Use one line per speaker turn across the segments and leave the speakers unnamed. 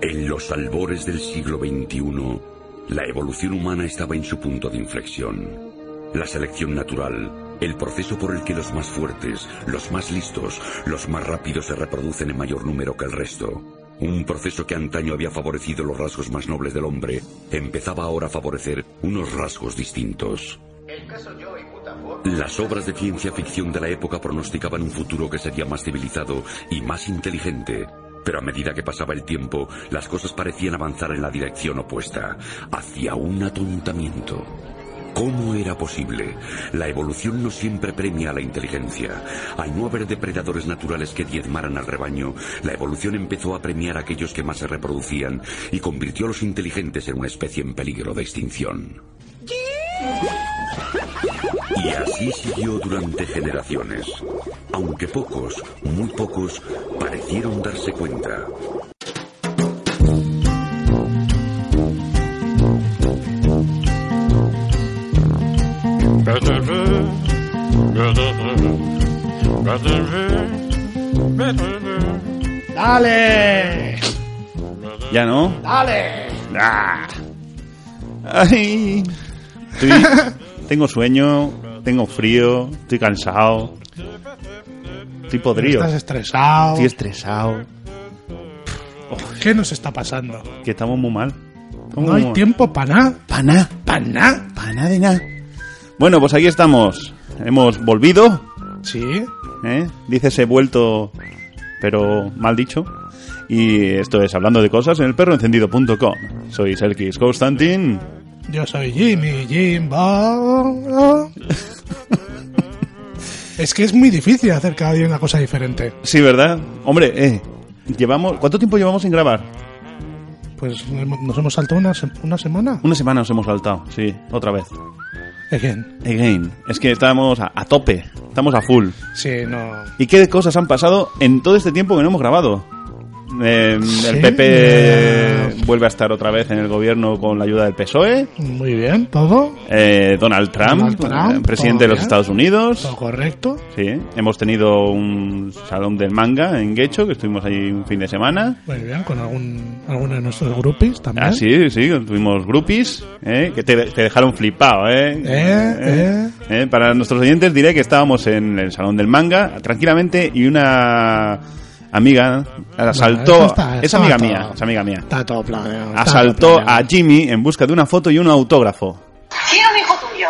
En los albores del siglo XXI, la evolución humana estaba en su punto de inflexión. La selección natural, el proceso por el que los más fuertes, los más listos, los más rápidos se reproducen en mayor número que el resto, un proceso que antaño había favorecido los rasgos más nobles del hombre, empezaba ahora a favorecer unos rasgos distintos. Las obras de ciencia ficción de la época pronosticaban un futuro que sería más civilizado y más inteligente, pero a medida que pasaba el tiempo, las cosas parecían avanzar en la dirección opuesta, hacia un atontamiento. ¿Cómo era posible? La evolución no siempre premia a la inteligencia. Al no haber depredadores naturales que diezmaran al rebaño, la evolución empezó a premiar a aquellos que más se reproducían y convirtió a los inteligentes en una especie en peligro de extinción. Y así siguió durante generaciones, aunque pocos, muy pocos, parecieron darse cuenta.
¡Dale!
¿Ya ¿Ah, no?
¡Dale!
¡Ah! Ay. Estoy- tengo sueño, tengo frío, estoy cansado, estoy podrido,
Estás estresado.
estoy estresado,
¿Qué nos está pasando?
que estamos muy mal. Estamos
No
muy
hay
mal.
tiempo para nada.
Pa' nada,
¿Para nada?
pa' nada de nada. Bueno, pues aquí estamos. Hemos volvido,
Sí.
¿eh? Dice se vuelto, pero mal dicho. Y esto es Hablando de Cosas en el perroencendido.com. Soy Selkis Constantin.
Yo soy Jimmy Jimbo. es que es muy difícil hacer cada día una cosa diferente.
Sí, ¿verdad? Hombre, eh, llevamos, ¿cuánto tiempo llevamos sin grabar?
Pues nos hemos saltado una, se- una semana.
Una semana nos hemos saltado, sí, otra vez.
Again.
Again, es que estamos a, a tope, estamos a full.
Sí, no.
¿Y qué cosas han pasado en todo este tiempo que no hemos grabado? Eh,
Sí.
el PP vuelve a estar otra vez en el gobierno con la ayuda del PSOE.
Muy bien, todo.
E. Eh, Donald Trump,
Donald Trump,
eh, presidente de los
todavía.
Estados Unidos.
Todo correcto.
Sí, hemos tenido un salón del manga en Guecho, que estuvimos ahí un fin de semana.
Muy bien, con algún, alguno de nuestros grupis también.
Ah, sí, sí, tuvimos groupies, ¿eh? que te, te dejaron flipado, ¿eh?
eh.
Eh, Para nuestros oyentes diré que estábamos en el salón del manga, tranquilamente, y una amiga asaltó,
eso está-
es
eso
amiga
está-
mía, es amiga mía,
Está todo planeado. está todo
asaltó
planeado.
a Jimmy en busca de una foto y un autógrafo.
Quiero un hijo tuyo.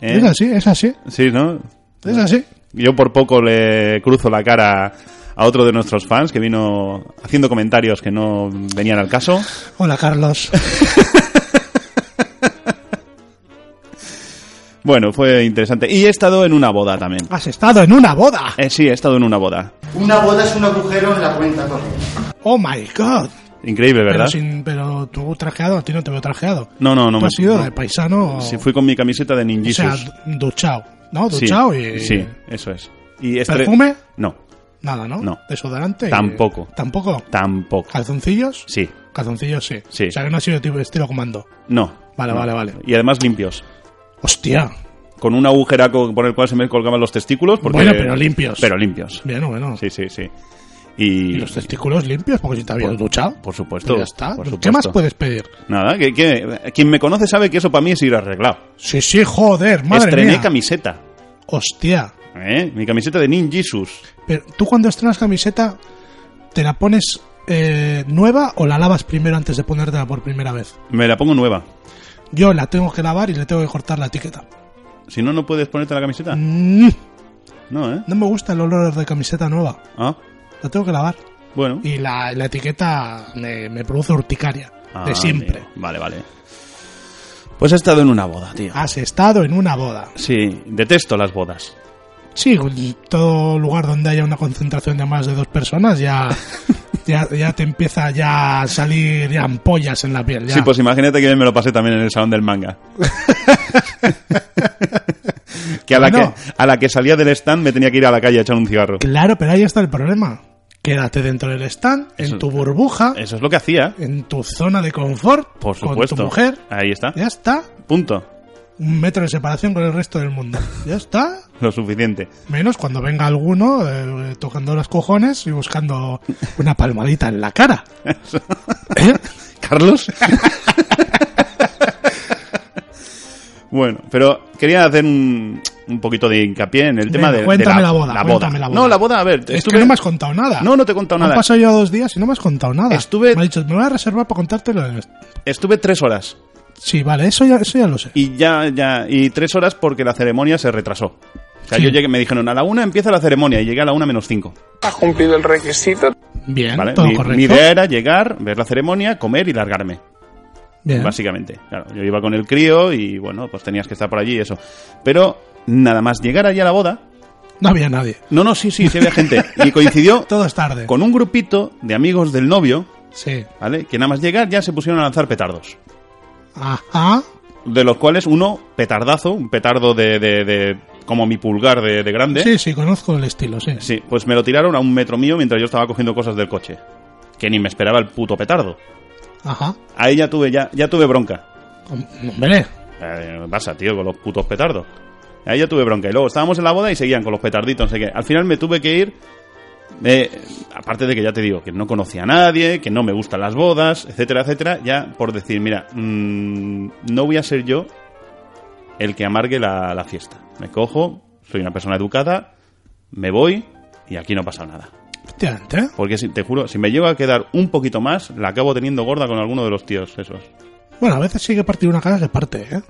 ¿eh?
Es así, es así.
Sí, ¿no?
Es así.
Yo por poco le cruzo la cara a otro de nuestros fans que vino haciendo comentarios que no venían al caso.
Hola, Carlos.
Bueno, fue interesante. Y he estado en una boda también.
Has estado en una boda.
Eh, sí, he estado en una boda.
Una boda es un agujero en la cuenta corriente.
Oh my god.
Increíble,
Pero,
¿verdad?
sin, pero tú trajeado, a ti no te veo trajeado.
No, no, no
Tú
me-
has ido
no.
de paisano.
Sí, fui con mi camiseta de
o
ninjitsu.
sea, duchao. ¿No?
sí,
Duchao y.
sí, eso es. Y estre-
¿Perfume?
No,
Nada, ¿no?
No.
Desodorante. y-
Tampoco.
¿Tampoco?
tampoco.
Ah. ¿Calzoncillos?
Sí,
Calzoncillos, sí.
Sí.
O sea, que no ha sido tipo estilo comando.
no.
Vale,
No.
vale, vale.
Y además limpios.
Hostia.
Con un agujeraco por el cual se me colgaban los testículos. Porque...
Bueno, pero limpios.
Pero limpios.
Bien, bueno.
Sí, sí, sí. Y,
Y los testículos limpios, porque si te habías
Por-
duchado.
por supuesto,
Pues ya está.
por
¿Qué
supuesto.
más puedes pedir?
Nada, que, que- quien me conoce sabe que eso para mí es ir arreglado.
Sí, sí, joder, madre
Estrené
mía.
camiseta.
Hostia.
¿eh? Mi camiseta de ninjitsus.
Pero tú cuando estrenas camiseta, ¿te la pones eh, nueva o la lavas primero antes de ponértela por primera vez?
Me la pongo nueva.
Yo la tengo que lavar y le tengo que cortar la etiqueta.
Si no, no puedes ponerte la camiseta.
Mm,
No, ¿eh?
no me gusta el olor de camiseta nueva.
Ah,
La tengo que lavar.
bueno.
Y la, la etiqueta me, me produce urticaria.
Ah,
de siempre.
amigo. Vale, vale. Ah. Pues he estado en una boda, tío.
Has estado en una boda.
Sí, detesto las bodas.
Sí, en todo lugar donde haya una concentración de más de dos personas ya, ya, ya te empieza ya a salir ya ampollas en la piel. ya.
Sí, pues imagínate que bien me lo pasé también en el salón del manga. que, a la
Bueno.
que a la que salía del stand me tenía que ir a la calle a echar un cigarro.
Claro, pero ahí está el problema. Quédate dentro del stand,
Eso-
en tu burbuja,
Eso es lo que hacía.
en tu zona de confort,
Por supuesto.
con
Ah,
tu mujer.
Ahí está.
Ya está.
Punto.
un metro de separación con el resto del mundo. Ya está.
Lo suficiente.
Menos cuando venga alguno eh, tocando los cojones y buscando una palmadita en la cara. ¿Eh?
¿Carlos? bueno, pero quería hacer un, un poquito de hincapié en el tema
Venga,
de, de
cuéntame la boda, cuéntame la boda.
No, la boda, a ver.
Es
estuve-
que no me has contado nada.
No, no te he contado
Han
nada.
pasado ya dos días y no me has contado nada.
Estuve-
Me ha dicho, me voy a reservar para contártelo. en el-".
Estuve tres horas.
Sí, vale, eso ya, eso ya lo sé.
Y ya, ya, y tres horas porque la ceremonia se retrasó. O sea,
Sí.
yo llegué, me dijeron, a la una empieza la ceremonia y llegué a la una menos cinco.
¿Has cumplido el requisito?
Bien,
¿vale?
todo
Mi,
correcto.
mi idea era llegar, ver la ceremonia, comer y largarme,
Bien.
básicamente. Claro, yo iba con el crío y bueno, pues tenías que estar por allí y eso. Pero nada más llegar allí a la boda.
No había nadie.
No, no, sí, sí, sí había gente. Y coincidió
Todo es tarde.
con un grupito de amigos del novio,
Sí.
¿vale? Que nada más llegar ya se pusieron a lanzar petardos.
Ajá.
De los cuales uno, petardazo, un petardo de, de- de- como mi pulgar de, de grande.
Sí, sí, conozco el estilo, sí.
Sí, pues me lo tiraron a un metro mío mientras yo estaba cogiendo cosas del coche. Que ni me esperaba el puto petardo.
Ajá.
Ahí ya tuve, ya, ya tuve bronca.
Hom- Hombre,
Eh, pasa, tío, con los putos petardos. Ahí ya tuve bronca. Y luego estábamos en la boda y seguían con los petarditos, no sé qué. Al final me tuve que ir. eh, aparte de que ya te digo, que no conocía a nadie, que no me gustan las bodas, etcétera, etcétera. Ya por decir, mira, mm, no voy a ser yo el que amargue la, la fiesta. Me cojo, soy una persona educada, me voy y aquí no ha pasado nada.
efectivamente. ¿eh?
Porque si- te juro, si me llego a quedar un poquito más, la acabo teniendo gorda con alguno de los tíos esos.
Bueno, a veces sí que partir una cara se parte, ¿eh?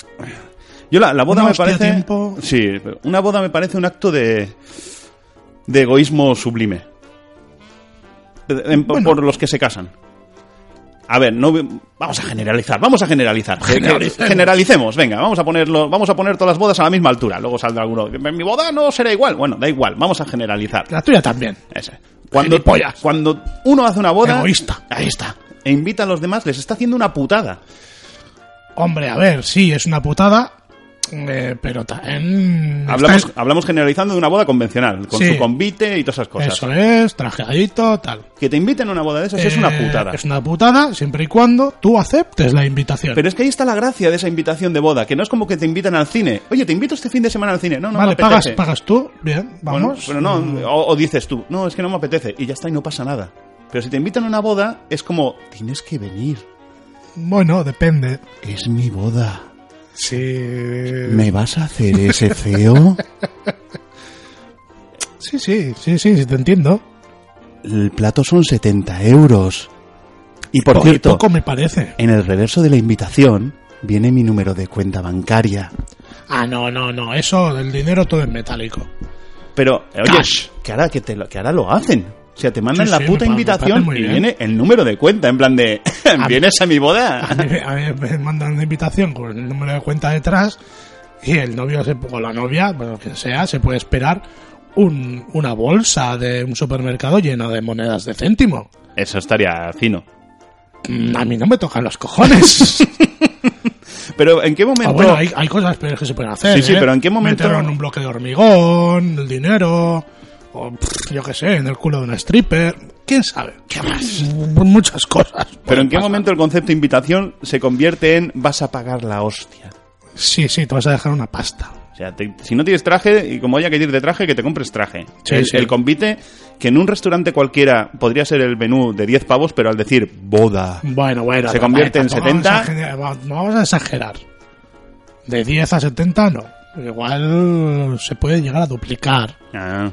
Yo la, la boda
Una
me
hostia a
parece.
tiempo.
Sí, pero una boda me parece un acto de. de egoísmo sublime. De- en- por-
Bueno.
Por los que se casan. A ver, no ve- vamos a generalizar, vamos a generalizar. Que- que-
Generalicemos.
generalicemos, venga, vamos a ponerlo, vamos a poner todas las bodas a la misma altura. Luego saldrá alguno, mi boda no será igual. Bueno, da igual, vamos a generalizar.
La tuya también.
Ese. Cuando,
Gilipollas.
cuando uno hace una boda,
Egoísta.
ahí está, e invita a los demás, les está haciendo una putada.
Hombre, a ver, sí, es una putada, eh, pero también...
Hablamos,
está-
hablamos generalizando de una boda convencional, con
Sí.
su convite y todas esas cosas.
Eso es, trajeadito, tal.
Que te inviten a una boda de esas es una
Eh,
putada.
Es una putada, siempre y cuando tú aceptes la invitación.
Pero es que ahí está la gracia de esa invitación de boda, que no es como que te invitan al cine. Oye, te invito este fin de semana al cine. No, no me
vale,
apetece.
pagas, pagas tú, bien,
Bueno,
vamos. Mm,
pero no, o, o dices tú, no, es que no me apetece. Y ya está, y no pasa nada. Pero si te invitan a una boda, es como, tienes que venir.
Bueno, depende.
Es mi boda.
Sí.
vas a hacer ese feo?
Sí, sí, sí, sí, sí, te entiendo.
El plato son 70 euros. Y
Po- y Poco me parece.
en el reverso de la invitación viene mi número de cuenta bancaria.
Ah, no, no, no, eso, el dinero todo es metálico.
Pero, eh, oye,
Cash.
que ahora, que te lo- que ahora lo hacen. O sea, te mandan
Sí,
la
sí,
puta
me pa- me
invitación
parece muy
y
bien.
viene el número de cuenta, en plan de, ¿vienes a mi
A
boda?
mí, a mí me mandan una invitación con el número de cuenta detrás y el novio se- o la novia, bueno, quien sea, se puede esperar un- una bolsa de un supermercado llena de monedas de céntimo.
Eso estaría fino.
Mm, A mí no me tocan los cojones.
Pero, ¿en qué momento...?
Ah, bueno, hay, hay cosas peores que se pueden hacer.
Sí, sí,
¿eh?
pero ¿en qué momento-
Meterlo en un bloque de hormigón, el dinero, o pff, yo qué sé, en el culo de una stripper. ¿Quién sabe? ¿Qué más? Muchas cosas.
pero ¿en qué
Pasa.
momento el concepto invitación se convierte en vas a pagar la hostia?
Sí, sí, te vas a dejar una pasta.
O sea, te- si no tienes traje, y como haya que ir de traje, que te compres traje.
Sí,
el,
sí.
el convite, que en un restaurante cualquiera podría ser el menú de 10 pavos, pero al decir boda,
Bueno, bueno.
Se
pero,
convierte
eh,
en
tampoco vamos
70.
a exagerar- va- No vamos a exagerar. De 10 a 70 no. Igual se puede llegar a duplicar.
ah,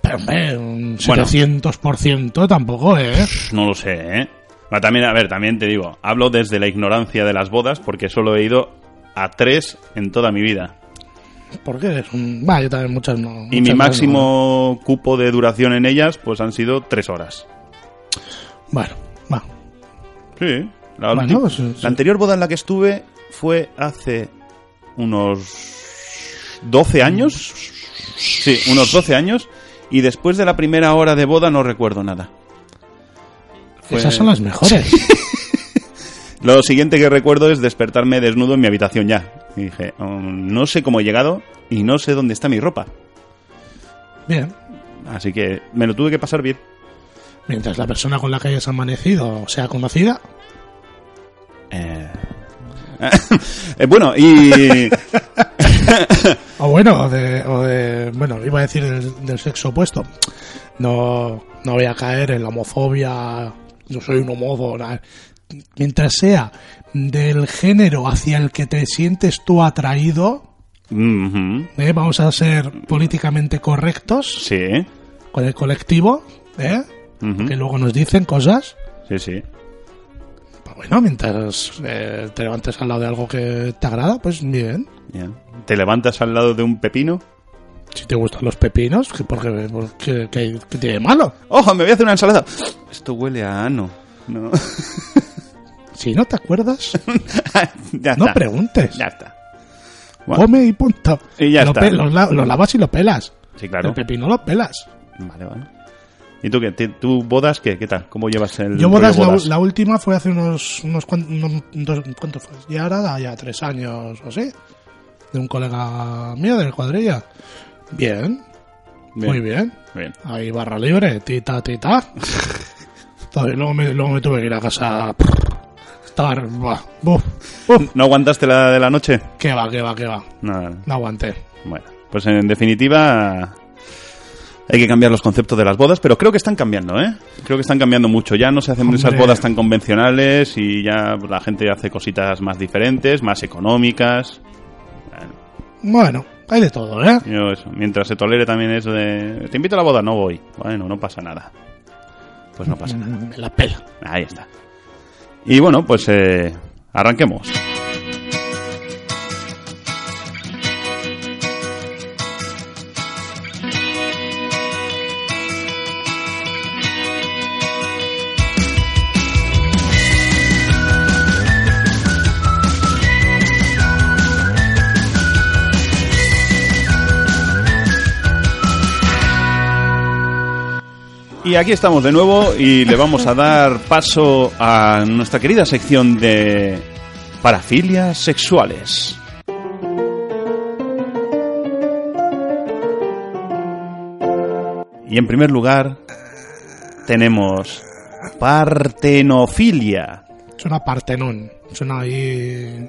Pero, hombre, un
Bueno.
700% tampoco, ¿eh?
Pues no lo sé, ¿eh? Bueno, también, a ver, también te digo, hablo desde la ignorancia de las bodas porque solo he ido a tres en toda mi vida.
Porque es un... Va, yo también muchas no... muchas
Y mi
no, no.
máximo cupo de duración en ellas, pues han sido tres horas.
Bueno, va.
Sí. La,
Bueno,
ulti-
pues,
la
sí.
anterior boda en la que estuve fue hace unos 12 años. Sí, unos 12 años. Y después de la primera hora de boda no recuerdo nada. Fue-
Esas son las mejores.
Lo siguiente que recuerdo es despertarme desnudo en mi habitación ya. Y dije, "Um, no sé cómo he llegado y no sé dónde está mi ropa.
Bien.
Así que me lo tuve que pasar bien.
Mientras la persona con la que hayas amanecido sea conocida,
Eh, eh, bueno, y,
O bueno, o de, o de- Bueno, iba a decir del, del sexo opuesto. No, no voy a caer en la homofobia. Yo soy un homófobo. nada. Mientras sea del género hacia el que te sientes tú atraído,
Mhm.
¿eh? vamos a ser políticamente correctos
Sí,
con el colectivo, ¿eh?
Ujú.
que luego nos dicen cosas.
sí, sí.
Pues bueno, mientras eh, te levantes al lado de algo que te agrada, pues bien.
Ya. ¿Te levantas al lado de un pepino?
Si te gustan los pepinos, ¿qué- ¿por qué, por qué- qué- qué tiene de malo?
¡Ojo, me voy a hacer una ensalada! Esto huele a ano. No.
Si no te acuerdas,
ya está.
no preguntes.
Ya está. Bueno,
Come y punto.
Y ya
Lo
está.
pe- Los, la- los lavas y lo pelas.
sí, claro.
El pepino lo pelas.
Vale, vale. ¿Y tú qué? ¿Ti- ¿Tú bodas qué? ¿Qué tal? ¿Cómo llevas el
Yo
rollo
bodas, la, la última fue hace unos, unos cuan- unos- dos- ¿cuánto fue? Ya ahora da ya tres años o así. De un colega mío del cuadrilla. Bien,
Bien,
muy bien.
bien.
Ahí barra libre, tita, tita. Entonces, luego, me, luego me tuve que ir a casa. Estaba... buah, buf, buf.
¿No aguantaste la de la noche?
Que va, que va, que va.
Nada.
No aguanté.
Bueno, pues en definitiva hay que cambiar los conceptos de las bodas, pero creo que están cambiando, ¿eh? Creo que están cambiando mucho. Ya no se hacen esas
Hombre.
bodas tan convencionales y ya la gente hace cositas más diferentes, más económicas.
Bueno, hay de todo, ¿eh?
Yo eso, mientras se tolere también eso de... Te invito a la boda, no voy. Bueno, no pasa nada. Pues no pasa nada.
Me la pela.
Ahí está. Y bueno, pues eh, arranquemos. Y aquí estamos de nuevo y le vamos a dar paso a nuestra querida sección de parafilias sexuales. Y en primer lugar tenemos partenofilia.
Suena a Partenón. Suena ahí.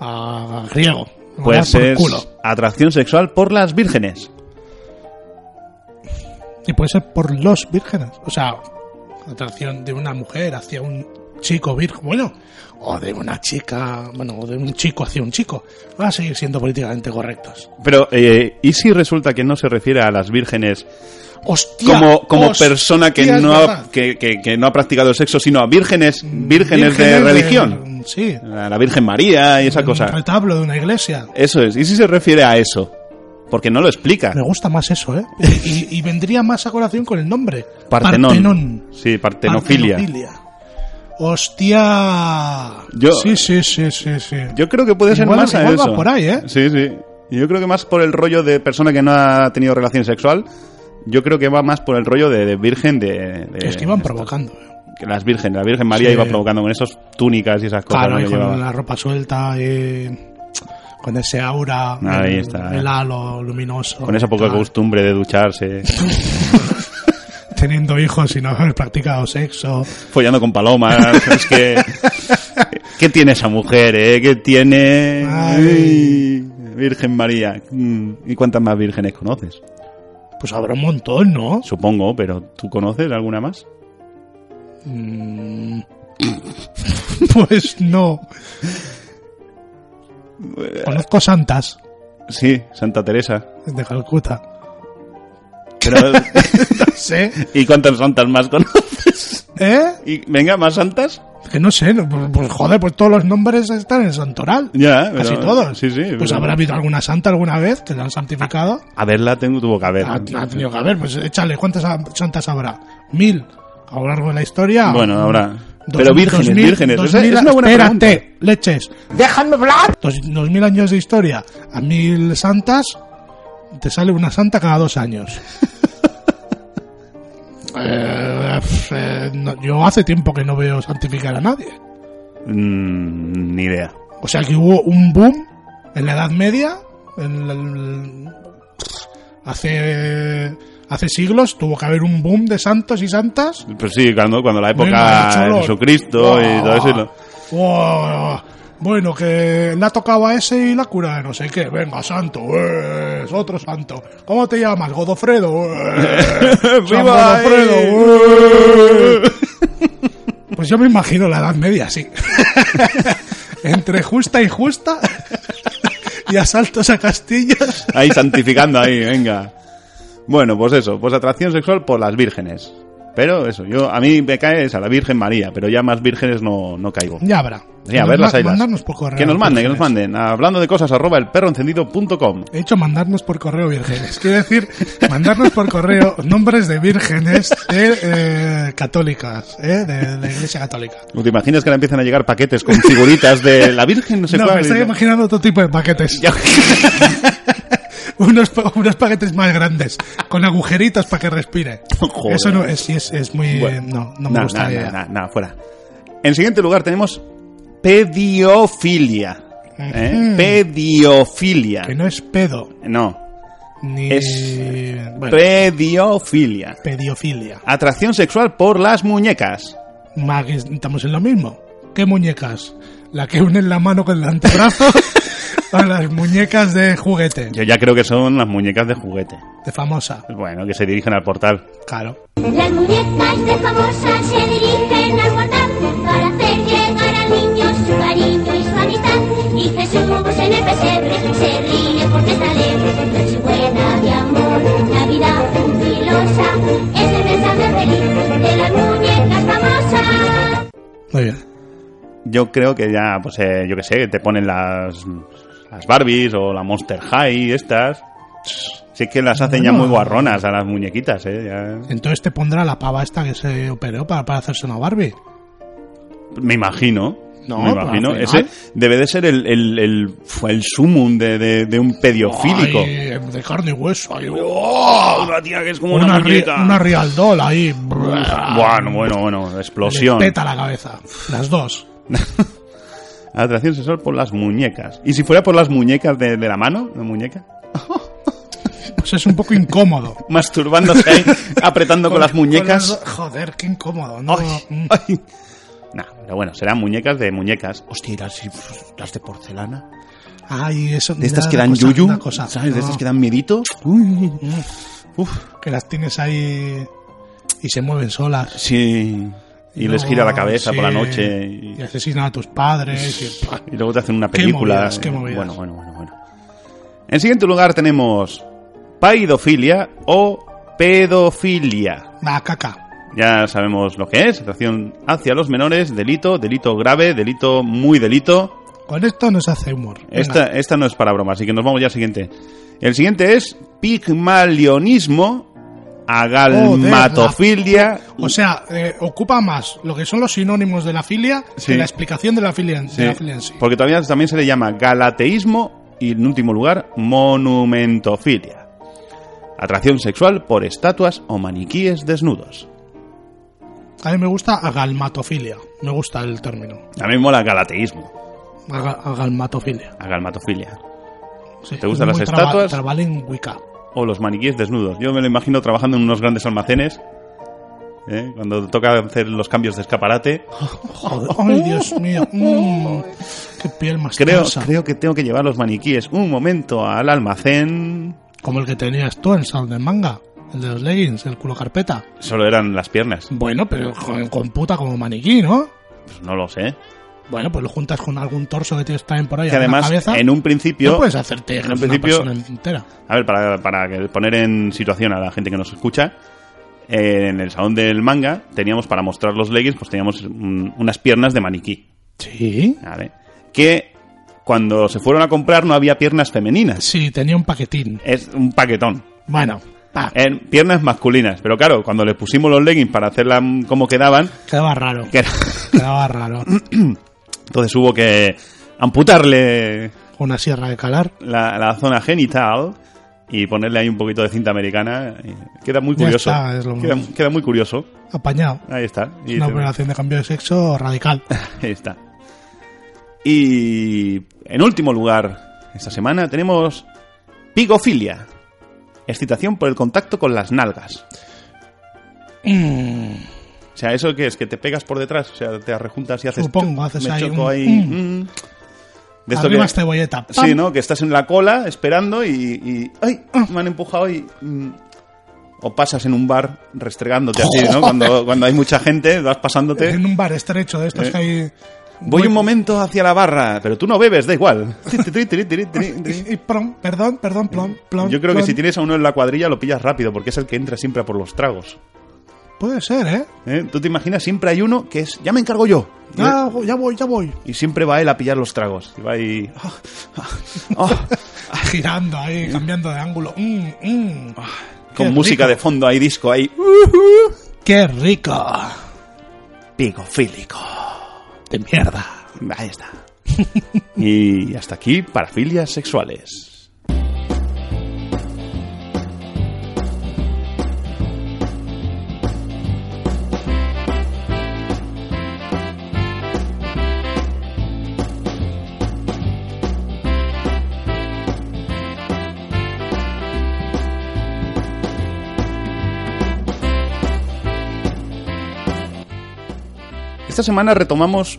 a griego. Me voy a dar
Pues
por
es
culo.
atracción sexual por las vírgenes.
Y puede ser por los vírgenes. O sea, atracción de una mujer hacia un chico virgen. Bueno, o de una chica. Bueno, o de un chico hacia un chico. Van a seguir siendo políticamente correctos.
Pero, eh, ¿y si resulta que no se refiere a las vírgenes
¡Hostia!
como, como
¡Hostia,
persona que
es
no, ha,
verdad!
que, que- que no ha practicado el sexo, sino a vírgenes, vírgenes de
Vírgenes Mm,
religión.
Sí.
A la Virgen María y esa
Un
cosa.
retablo de una iglesia.
Eso es. ¿Y si se refiere a eso? Porque no lo explica.
Me gusta más eso, ¿eh? Y, y vendría más a colación con el nombre.
Partenón.
Partenón.
Sí, partenofilia.
Partenofilia. ¡Hostia!
Yo-
sí, sí, sí, sí, sí.
Yo creo que puede ser
Igual-
más a
igual va
eso.
por ahí, ¿eh?
Sí, sí. Yo creo que más por el rollo de persona que no ha tenido relación sexual. Yo creo que va más por el rollo de, de virgen de, de-
es que iban
de-
provocando. ¿eh?
que las virgen, la Virgen María
Sí.
iba provocando con esos túnicas y esas cosas.
Claro,
¿no?
y
que
con
llevaba.
la ropa suelta y con ese aura,
Ahí
el,
está.
el halo luminoso.
Con esa poca
tal,
costumbre de ducharse,
Teniendo hijos y no haber practicado sexo.
follando con palomas, es que... ¿Qué tiene esa mujer, eh? ¿Qué tiene...?
Ay.
Ay, Virgen María. Mm, ¿Y cuántas más vírgenes conoces?
Pues habrá un montón, ¿no?
Supongo, pero ¿tú conoces alguna más?
Mm. pues no. Conozco santas
Sí, Santa Teresa.
de Calcuta.
Pero,
No sé.
¿Y cuántas santas más conoces?
¿Eh?
Y, venga, ¿más santas?
Que no sé. no, Pues, pues, joder, pues todos los nombres están en el santoral.
Ya, pero-
Casi todos.
Sí, sí.
Pues
pero-
habrá habido alguna santa alguna vez que la han santificado.
A verla tengo, tuvo que haber.
Ha, ha tenido que haber. Pues échale, ¿cuántas ha- santas habrá? Mil. A lo largo de la historia.
Bueno, habrá.
Dos-
Pero vírgenes,
dos mil-
vírgenes.
dos
Esa
mil-
es una buena
espérate,
pregunta.
leches.
¡Déjame hablar!
dos, dos mil años de historia a mil santas, te sale una santa cada dos años. Eh, pf, eh, no, yo hace tiempo que no veo santificar a nadie.
Mm, ni idea.
O sea que hubo un boom en la Edad Media. en la- el- hace, hace siglos tuvo que haber un boom de santos y santas.
Pues sí, cuando, cuando la
Venga,
época de
chulo.
Jesucristo y todo eso. y lo-
Wow. Bueno, que le ha tocado a ese y la cura de no sé qué. Venga, santo, eh, es otro santo. ¿Cómo te llamas? Godofredo. eh, San
¡Viva, eh!
Godofredo. eh. Pues yo me imagino la Edad Media, sí. Entre justa y justa y asaltos a castillos.
Ahí santificando ahí, venga. Bueno, pues eso, pues atracción sexual por las vírgenes. Pero eso, yo a mí me cae esa, la Virgen María, pero ya más vírgenes no, no caigo.
Ya habrá.
Sí, a ver las
Ma-
ailas.
Mandarnos por correo.
Que nos manden, que nos
vírgenes.
manden. Hablando de cosas, arroba el
He dicho mandarnos por correo vírgenes. Quiero decir, mandarnos por correo nombres de vírgenes de, eh, católicas, eh, de la Iglesia Católica.
¿Te imaginas que ahora empiezan a llegar paquetes con figuritas de la Virgen? No sé
No,
cuál.
me estoy
Y-
imaginando otro tipo de paquetes.
Ya.
Unos, pa- unos paquetes más grandes, con agujeritos para que respire.
Joder.
Eso no es, sí, es, es muy...
Bueno.
no, no me
Nah,
gusta eh.
nah,
la idea.
nah, nah, nah, fuera. En siguiente lugar tenemos pediofilia. ¿eh? Pediofilia.
Que no es pedo,
No,
ni...
Es-
bueno,
pediofilia.
pediofilia.
Atracción sexual por las muñecas.
Mag, estamos en lo mismo. ¿Qué muñecas? ¿La que unen la mano con el antebrazo o las muñecas de juguete?
Yo ya creo que son las muñecas de juguete.
De famosa,
Bueno, que se dirigen al portal.
claro.
Las muñecas de famosa se dirigen al portal para hacer llegar al niño su cariño y su amistad. Y Jesús en el pesebre se ríe porque está alegre de su buena de amor. Navidad jubilosa es el mensaje feliz de las muñecas famosas.
Muy bien.
Yo creo que ya, pues eh, yo que sé, te ponen las, las Barbies o la Monster High, estas. Sí que las hacen ya muy guarronas a las muñequitas, eh. ya.
Entonces te pondrá la pava esta que se operó para, para hacerse una Barbie.
Me imagino.
No,
me
pero
imagino.
al
Ese
final-
debe de ser el, el, el, el sumum de, de, de un pediofílico.
Ay, de carne y hueso. ahí.
¡Oh! Una tía que es como una,
una, ri-
muñeca.
una Real Doll ahí.
Ah, Bueno, bueno, bueno, explosión.
Le peta la cabeza. Las dos.
Atracción sexual por las muñecas. ¿Y si fuera por las muñecas de, de la mano? ¿La muñeca?
Pues es un poco incómodo.
Masturbándose ahí, apretando con, las muñecas.
las- joder, qué incómodo. No, Mm.
Ay. Nah, pero bueno, serán muñecas de muñecas. Hostia, ¿y las, las de porcelana.
Ay, eso.
De estas
da
que dan
cosa-
yuyu.
da cosa. Ah.
¿Sabes? De
No,
estas que dan miedito. Uy. Uf,
que las tienes ahí y se mueven solas.
sí. Y les
luego,
gira la cabeza por la
sí,
noche.
Y,
Y,
asesinan a tus padres. y-
y luego te hacen una
Qué
película.
movidas, qué
eh,
movidas.
Bueno, bueno, bueno, bueno. En siguiente lugar tenemos paidofilia o pedofilia.
La caca.
Ya sabemos lo que es, atracción hacia los menores, delito, delito grave, delito muy delito.
Con esto nos hace humor. Venga.
Esta, esta no es para broma, así que nos vamos ya al siguiente. El siguiente es pigmalionismo, agalmatofilia.
O sea, eh, ocupa más lo que son los sinónimos de la filia
Sí.
que la explicación de la filia, en- de
Sí,
la filia en sí.
porque todavía también se le llama galateísmo y en último lugar, monumentofilia. Atracción sexual por estatuas o maniquíes desnudos.
A mí me gusta agalmatofilia. Me gusta el término.
A mí me mola galateísmo,
Aga- agalmatofilia.
agalmatofilia.
Sí,
¿Te gustan
es
las
muy traba-
estatuas?
trabalengüica.
o los maniquíes desnudos. Yo me lo imagino trabajando en unos grandes almacenes. ¿eh? Cuando toca hacer los cambios de escaparate,
Joder, Ay, Dios mío. Mm, qué piel más
creo,
tensa.
creo que tengo que llevar los maniquíes un momento al almacén.
Como el que tenías tú en el salón del manga. El de los leggings, el culo carpeta.
Solo eran las piernas,
Bueno, pero joder, con puta como maniquí, ¿no?
Pues no lo sé.
Bueno, pues lo juntas con algún torso que tienes también por ahí.
Que
alguna
además,
cabeza,
en un
no
principio,
puedes hacerte
en un
una
principio-
persona entera.
a ver, para, para que- poner en situación a la gente que nos escucha, eh, en el salón del manga teníamos para mostrar los leggings, pues teníamos mm, unas piernas de maniquí,
Sí.
¿vale? Que cuando se fueron a comprar no había piernas femeninas,
Sí, tenía un paquetín.
es un paquetón.
Bueno, pa,
en piernas masculinas. Pero claro, cuando le pusimos los leggings para hacerla mm, como quedaban,
quedaba raro.
que era-
Quedaba raro.
entonces hubo que amputarle
Una sierra de calar.
la, la zona genital y ponerle ahí un poquito de cinta americana. Y Queda muy
Ya
curioso.
está, es lo
queda,
mismo.
queda muy curioso.
Apañado.
Ahí está.
Es
Y
una
te-
operación de cambio de sexo radical.
ahí está. Y en último lugar, esta semana tenemos pigofilia. Excitación por el contacto con las nalgas.
Mm,
O sea, ¿eso qué es? ¿Que te pegas por detrás? O sea, te arrejuntas y haces...
Supongo,
choc,
haces
me
ahí
choco
un-
ahí...
mm.
mm. De esto
Arriba este
que-
esta bolleta. ¡Pam!
Sí, ¿no? Que estás en la cola esperando y. y, ¡Ay!
Ah.
Me han empujado y. mm, O pasas en un bar restregándote así, ¿no? Cuando, cuando hay mucha gente, vas pasándote.
En un bar estrecho de estos
este. Eh.
que hay.
Voy un momento hacia la barra, pero tú no bebes, da igual. Ti, ti, ti, ti, ti, ti, ti.
Y, y plom, perdón, perdón, plom, plom.
Eh, Yo creo que
plom.
si tienes a uno en la cuadrilla lo pillas rápido, porque es el que entra siempre a por los tragos.
Puede ser, ¿eh?
¿eh? Tú te imaginas, siempre hay uno que es, ya me encargo yo. ¿eh?
Ah, ya voy, ya voy.
Y siempre va él a pillar los tragos. Y va ahí... ah, ah, ah, Ah.
Girando ahí, cambiando de ángulo. Mm, mm. Qué
con música
rico. Uh.
de fondo, hay disco, ahí...
¡Qué rico!
Pico fílico.
De mierda.
Ahí está. y hasta aquí, parafilias sexuales. Esta semana retomamos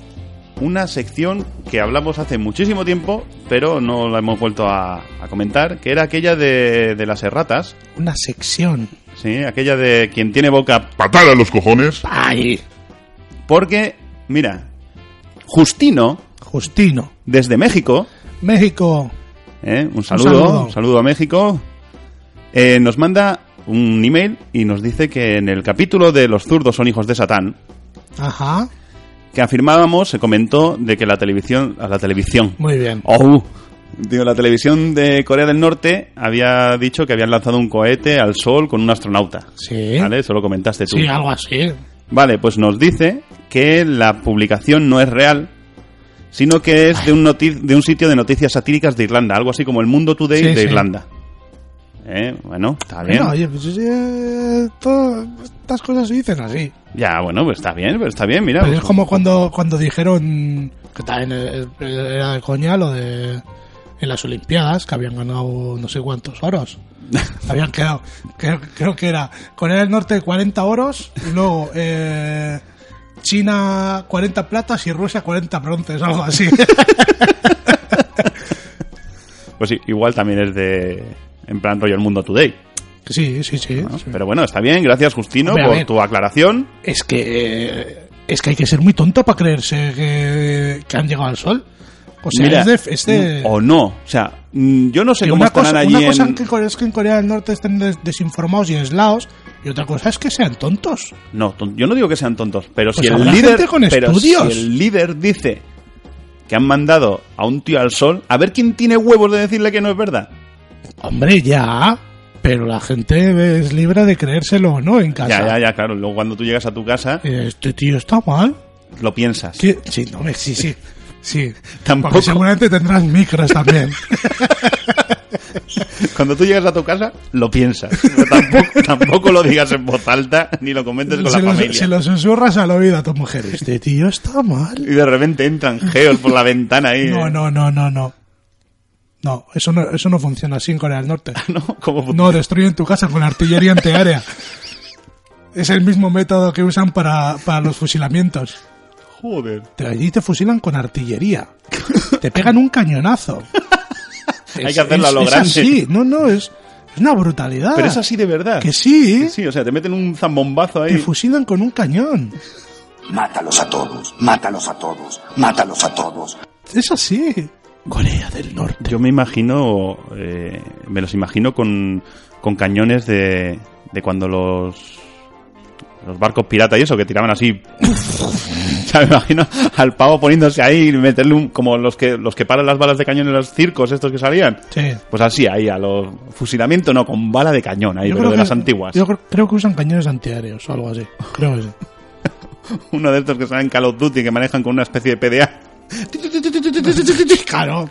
una sección que hablamos hace muchísimo tiempo, pero no la hemos vuelto a, a comentar, que era aquella de, de las erratas,
Una sección.
¿sí? aquella de quien tiene boca,
patada a los cojones.
¡Ay!
porque, mira, Justino,
Justino.
desde México,
México.
¿eh? un, saludo, un
saludo.
saludo, a México, eh, nos manda un email y nos dice que en el capítulo de Los zurdos son hijos de Satán,
Ajá.
que afirmábamos, se comentó de que la televisión, a la televisión,
Muy bien.
Oh, digo, la televisión de Corea del Norte había dicho que habían lanzado un cohete al sol con un astronauta.
Sí.
¿Vale? Eso lo comentaste tú.
Sí, ah. algo así.
Vale, pues nos dice que la publicación no es real, sino que es de un, noti- de un sitio de noticias satíricas de Irlanda, algo así como el Mundo Today
Sí,
de
sí.
Irlanda. Eh, bueno, está bien.
Bueno, oye, pues eh, todo- estas cosas se dicen así.
Ya, bueno, pues está bien, pues está bien, mira.
Pero es
pues-
como cuando, cuando dijeron que también eh, era de coña lo de en las Olimpiadas que habían ganado no sé cuántos oros. habían quedado, creo, creo que era Corea del Norte 40 oros y luego eh, China 40 platas y Rusia 40 bronces, algo así.
Pues sí, igual también es de... En plan rollo el Mundo Today.
sí, sí, sí.
¿no?
sí.
Pero bueno, está bien, gracias Justino
Hombre, a
por
ver.
tu aclaración.
Es que eh, es que hay que ser muy tonto para creerse que, que han llegado al sol. O sea,
Mira,
es de- es de-
O no. O sea, mm, yo no sé
que
cómo
una
estarán
cosa,
allí
una cosa
en-
que co- es que en Corea del Norte estén des- desinformados y aislados, y otra cosa es que sean tontos.
No, ton- yo no digo que sean tontos, pero
Pues
si el
habrá
líder...
gente con
pero
estudios.
si el líder dice que han mandado a un tío al sol, a ver quién tiene huevos de decirle que no es verdad.
Hombre, ya, pero la gente es libre de creérselo o no en casa.
Ya, ya, ya, claro. Luego cuando tú llegas a tu casa,
Este tío está mal.
lo piensas.
¿Qué? Sí, no, hombre, sí, sí. Sí,
Tampoco.
Porque seguramente tendrás micros también.
Cuando tú llegas a tu casa, lo piensas. Pero tampoco, tampoco lo digas en voz alta ni lo comentes con
se,
la
lo,
familia.
se lo susurras al oído a tu mujer. Este tío está mal.
Y de repente entran geos por la ventana ahí. ¿eh?
No, no, no, no, no. No, eso no, eso no funciona así en Corea del Norte.
¿No? ¿Cómo
No, destruyen tu casa con artillería antiaérea. Es el mismo método que usan para, para los fusilamientos.
Joder.
Te- Allí te fusilan con artillería. Te pegan un cañonazo.
Hay que hacerlo a lo
es
grande.
así. No, no, es, es una brutalidad.
Pero es así de verdad.
Que sí,
Sí, sí, o sea, te meten un zambombazo
¿Eh? te
ahí.
fusilan con un cañón.
Mátalos a todos, mátalos a todos, mátalos a todos.
Es así. Corea del Norte.
Yo me imagino, eh, me los imagino con, con cañones de, de cuando los los barcos pirata y eso que tiraban así. o sea, me imagino al pavo poniéndose ahí y meterle un, como los que los que paran las balas de cañón en los circos estos que salían.
Sí.
Pues así ahí a los fusilamiento no con bala de cañón ahí,
Yo
pero
creo
de
que-
las antiguas.
Yo creo, creo que usan cañones antiaéreos o algo así. Creo que sí.
Uno de estos que salen en Call of Duty que manejan con una especie de PDA.
Claro.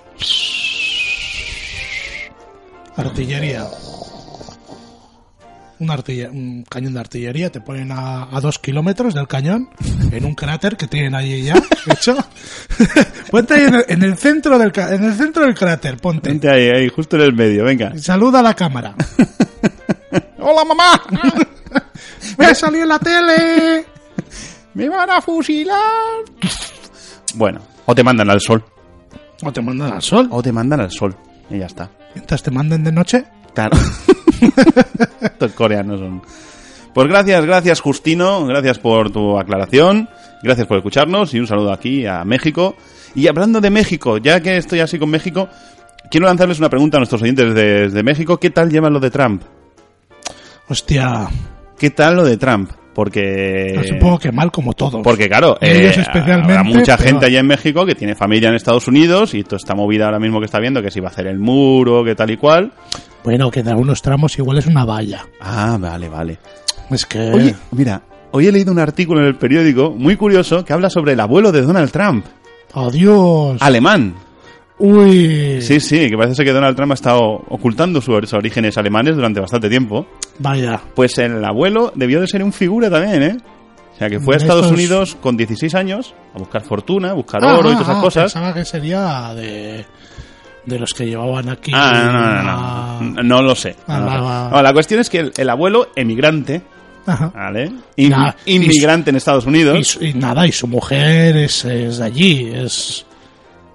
Artillería. Un, artille- un cañón de artillería te ponen a, a dos kilómetros del cañón en un cráter que tienen allí ya hecho. ponte ahí en el, en el centro del ca- en el centro del cráter, ponte.
Vente ahí, ahí, justo en el medio, venga.
Saluda a la cámara.
¡Hola mamá!
¡Me ha salido en la tele!
¡Me van a fusilar! Bueno, o te mandan al sol.
O te mandan al sol.
O te mandan al sol. Y ya está.
Mientras te manden de noche.
Claro. Estos coreanos son. Pues gracias, gracias Justino, gracias por tu aclaración, gracias por escucharnos y un saludo aquí a México. Y hablando de México, ya que estoy así con México, quiero lanzarles una pregunta a nuestros oyentes de, de México. ¿Qué tal llevan lo de Trump?
Hostia.
¿Qué tal lo de Trump? Porque...
no, Ah, supongo que mal como todos.
Eh. Porque claro,
Y Pues ellos
eh,
especialmente,
habrá mucha
pero-
gente allá en México que tiene familia en Estados Unidos y toda esta movida ahora mismo que está viendo, que si va a hacer el muro, que tal y cual.
Bueno, que de algunos tramos igual es una valla.
Ah, vale, vale.
Es que.
Oye, mira, hoy he leído un artículo en el periódico muy curioso que habla sobre el abuelo de Donald Trump,
¡Oh, Dios!
alemán.
Uy.
Sí, sí, que parece ser que Donald Trump ha estado ocultando sus orígenes alemanes durante bastante tiempo.
Vaya.
Pues el abuelo debió de ser un figura también, ¿eh? O sea, que fue a
De
Estados
estos-
Unidos con 16 años a buscar fortuna, a buscar
Ah,
oro y
ah,
todas esas
ah,
cosas.
Pensaba que sería de, de los que llevaban aquí.
Ah, no, no, no, no, no lo sé.
Ah,
No lo
va,
sé.
va.
No, la cuestión es que el, el abuelo emigrante,
Ajá.
¿vale? In-
Ya, y su-
inmigrante en Estados Unidos.
Y, su- y nada, y su mujer es, es de allí, es.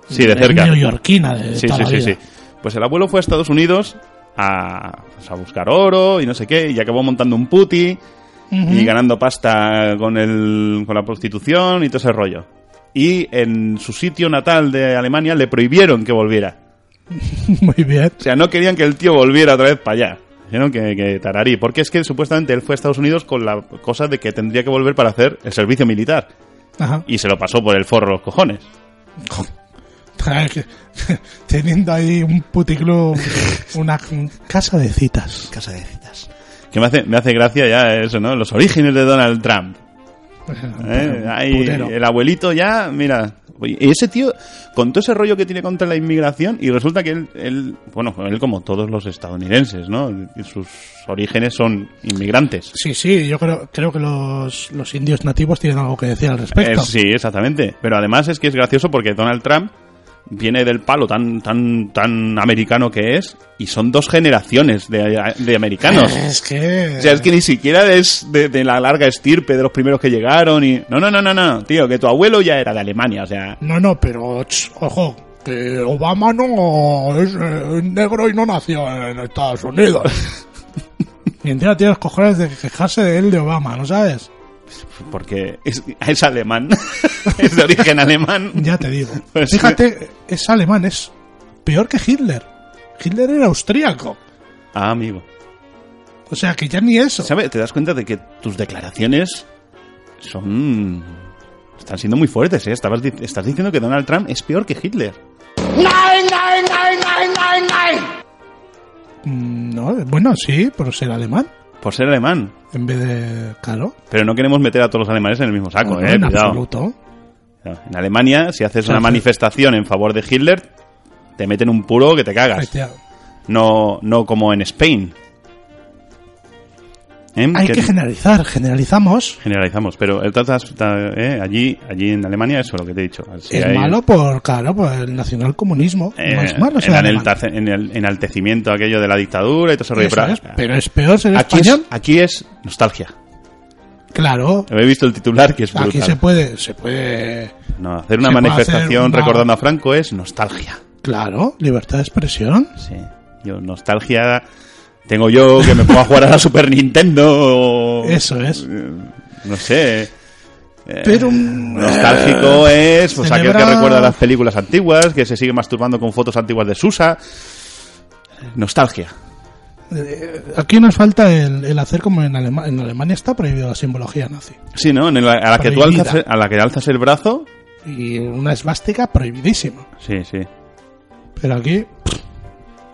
Sí, de
es
cerca.
Neoyorquina, de
sí,
toda
sí,
la
sí,
vida.
sí. Pues el abuelo fue a Estados Unidos a, pues, a buscar oro y no sé qué, y acabó montando un puti y ganando pasta con, el, con la prostitución y todo ese rollo. Y en su sitio natal de Alemania le prohibieron que volviera.
Muy bien.
O sea, no querían que el tío volviera otra vez para allá. Dijeron que, que tararí. Porque es que supuestamente él fue a Estados Unidos con la cosa de que tendría que volver para hacer el servicio militar.
Ajá.
Y se lo pasó por el forro de los cojones.
Teniendo ahí un puticlub, una casa de citas. Casa de citas.
Que me hace, me hace gracia ya eso, ¿no? Los orígenes de Donald Trump. ¿eh? Ahí, el abuelito ya, mira. Oye, Y ese tío, con todo ese rollo que tiene contra la inmigración, y resulta que él, él- bueno, él como todos los estadounidenses, ¿no? Sus orígenes son inmigrantes.
Sí, sí, yo creo, creo que los, los indios nativos tienen algo que decir al respecto.
Eh, sí, exactamente. Pero además es que es gracioso porque Donald Trump viene del palo tan, tan, tan americano que es, y son dos generaciones de, de americanos.
Es que.
O sea, es que ni siquiera es de, de la larga estirpe de los primeros que llegaron y... No, no, no, no, no, tío, que tu abuelo ya era de Alemania, o sea...
No, no, pero ch, ojo, que Obama no es eh, negro y no nació en Estados Unidos. y encima tienes cojones de quejarse de él de Obama, ¿no sabes?
Porque es, es alemán, es de origen alemán.
Ya te digo.
Pues-
Fíjate, es alemán, es peor que Hitler. Hitler era austríaco.
Ah, amigo.
O sea, que ya ni eso.
¿Sabes? Te das cuenta de que tus declaraciones son... Están siendo muy fuertes, ¿eh? Estabas di- estás diciendo que Donald Trump es peor que Hitler.
Mm, No, bueno, sí, por ser alemán.
Por ser alemán.
En vez de. Claro.
Pero no queremos meter a todos los alemanes en el mismo saco,
No,
¿eh?
en
Cuidado.
absoluto.
En Alemania, si haces una
Claro.
manifestación en favor de Hitler, te meten un puro que te cagas.
Hostia.
no, no como en Spain. ¿Eh?
Hay
Que
Mm, que generalizar, generalizamos.
generalizamos, pero el tata- ta- eh, allí, allí en Alemania, eso es lo que te he dicho. Si
es
hay,
malo por, claro, por el nacionalcomunismo.
eh,
no es malo ser
en, el
alemán.
alta- en el enaltecimiento aquello de la dictadura y todo ese rollo.
Eso
pero-
es, pero es peor ser
aquí, es,
español.
aquí es nostalgia.
Claro,
He visto el titular que es brutal.
aquí se puede, se puede,
No, hacer una
se puede
manifestación
hacer una-
recordando a Franco es nostalgia.
claro, libertad de expresión.
Sí. Yo, nostalgia tengo yo que me puedo jugar a la Super Nintendo. o-
Eso es.
eh, No sé. Eh,
Pero, mm, eh,
nostálgico es pues aquel que
celebra-
recuerda las películas antiguas, que se sigue masturbando con fotos antiguas de Susa. Nostalgia.
Eh, Aquí nos falta el, el hacer como en, Alema- en Alemania está prohibido la simbología nazi.
Sí, ¿no? En la- a, la que tú
Prohibida.
alzas, a la que alzas el brazo.
Y una esvástica prohibidísima.
Sí, sí.
Pero aquí...
Eh,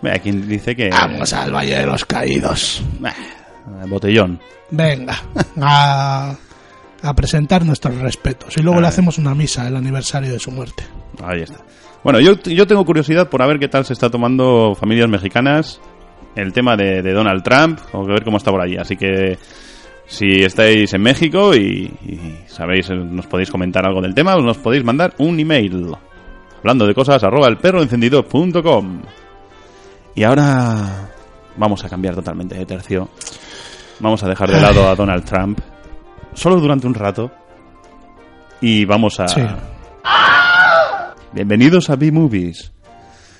Mira, quien dice que.
al Valle de los Caídos.
Bah, Botellón.
Venga, a, a presentar nuestros respetos. Y luego le hacemos una misa, el aniversario de su muerte.
Ahí está. Bueno, yo, yo tengo curiosidad por a ver qué tal se está tomando familias mexicanas el tema de, de Donald Trump, o que ver cómo está por allí. Así que si estáis en México y, y sabéis, eh, nos podéis comentar algo del tema, nos podéis mandar un email. Hablando de cosas, arroba elperroencendido.com. Y ahora vamos a cambiar totalmente de tercio. Vamos a dejar de lado a Donald Trump. Solo durante un rato. Y vamos a...
Sí.
Bienvenidos a B-Movies.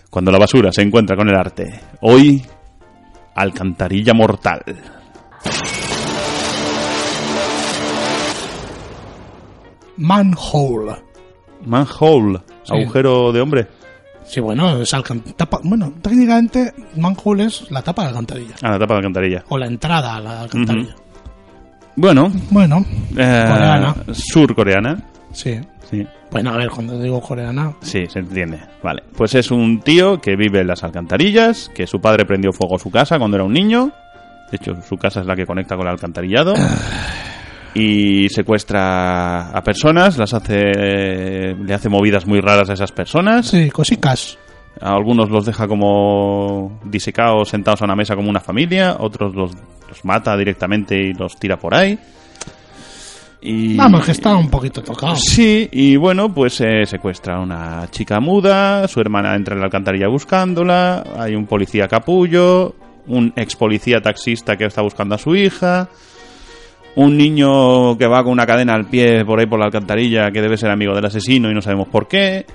Cuando la basura se encuentra con el arte. Hoy, Alcantarilla Mortal.
Manhole.
Manhole,
Sí.
agujero de hombre.
Sí, bueno, es alcan- tapa- bueno, técnicamente manhole es la tapa de la alcantarilla.
A Ah, la tapa de alcantarilla.
O la entrada a la alcantarilla.
Bueno,
Mhm. Bueno,
eh,
Coreana.
surcoreana.
sí.
Sí.
Bueno, a ver, cuando digo coreana...
Sí, se entiende. Vale. Pues es un tío que vive en las alcantarillas, que su padre prendió fuego a su casa cuando era un niño. De hecho, su casa es la que conecta con el alcantarillado. Y secuestra a personas, las hace. le hace movidas muy raras a esas personas.
Sí, cosicas.
A algunos los deja como disecados, sentados a una mesa como una familia. Otros los, los mata directamente y los tira por ahí. Y,
Vamos, que está un poquito tocado.
Sí, y bueno, pues eh, secuestra a una chica muda, su hermana entra en la alcantarilla buscándola, hay un policía capullo, un ex policía taxista que está buscando a su hija, un niño que va con una cadena al pie por ahí por la alcantarilla que debe ser amigo del asesino y no sabemos por qué,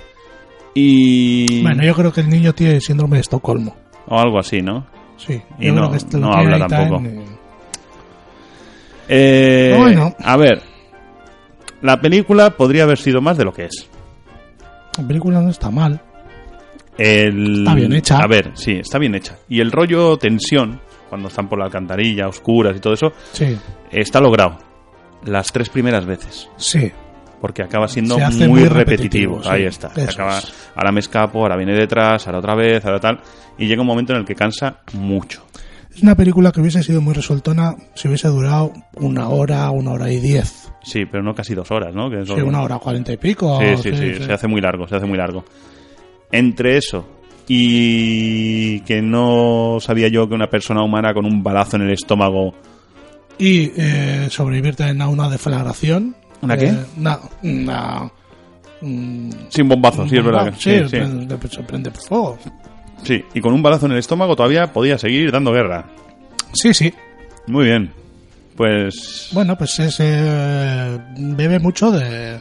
y...
Bueno, yo creo que el niño tiene síndrome de Estocolmo.
O algo así, ¿no?
Sí.
Y
yo
no-
creo que esto lo
no
tiene
habla
ahí tan,
tampoco.
eh,
Eh,
Bueno.
A ver, la película podría haber sido más de lo que es.
la película no está mal.
El-
Está bien hecha.
A ver, sí, está bien hecha. Y el rollo tensión, cuando están por la alcantarilla, oscuras y todo eso,
Sí,
está logrado. Las tres primeras veces.
sí.
Porque acaba siendo
Se
muy,
hace muy
repetitivo.
repetitivo, sí,
Ahí está.
eso
Acaba-
es.
Ahora me escapo, ahora viene detrás, ahora otra vez, ahora tal. Y llega un momento en el que cansa mucho.
Es una película que hubiese sido muy resoltona si hubiese durado una hora, una hora y diez.
Sí, pero no casi dos horas, ¿no? Que es
Sí,
lo-
una hora cuarenta y pico.
Sí, sí, sí, se hace muy largo, se hace muy largo. Entre eso y que no sabía yo que una persona humana con un balazo en el estómago
Y eh, sobrevivirte en una deflagración.
¿Una
Eh,
qué?
una... una- mm,
Sin bombazo, sí, es verdad.
Sí,
Sí, sí,
prende- se prende fuego.
Sí, y con un balazo en el estómago todavía podía seguir dando guerra.
Sí, sí.
Muy bien. Pues.
Bueno, pues es, eh, bebe mucho de,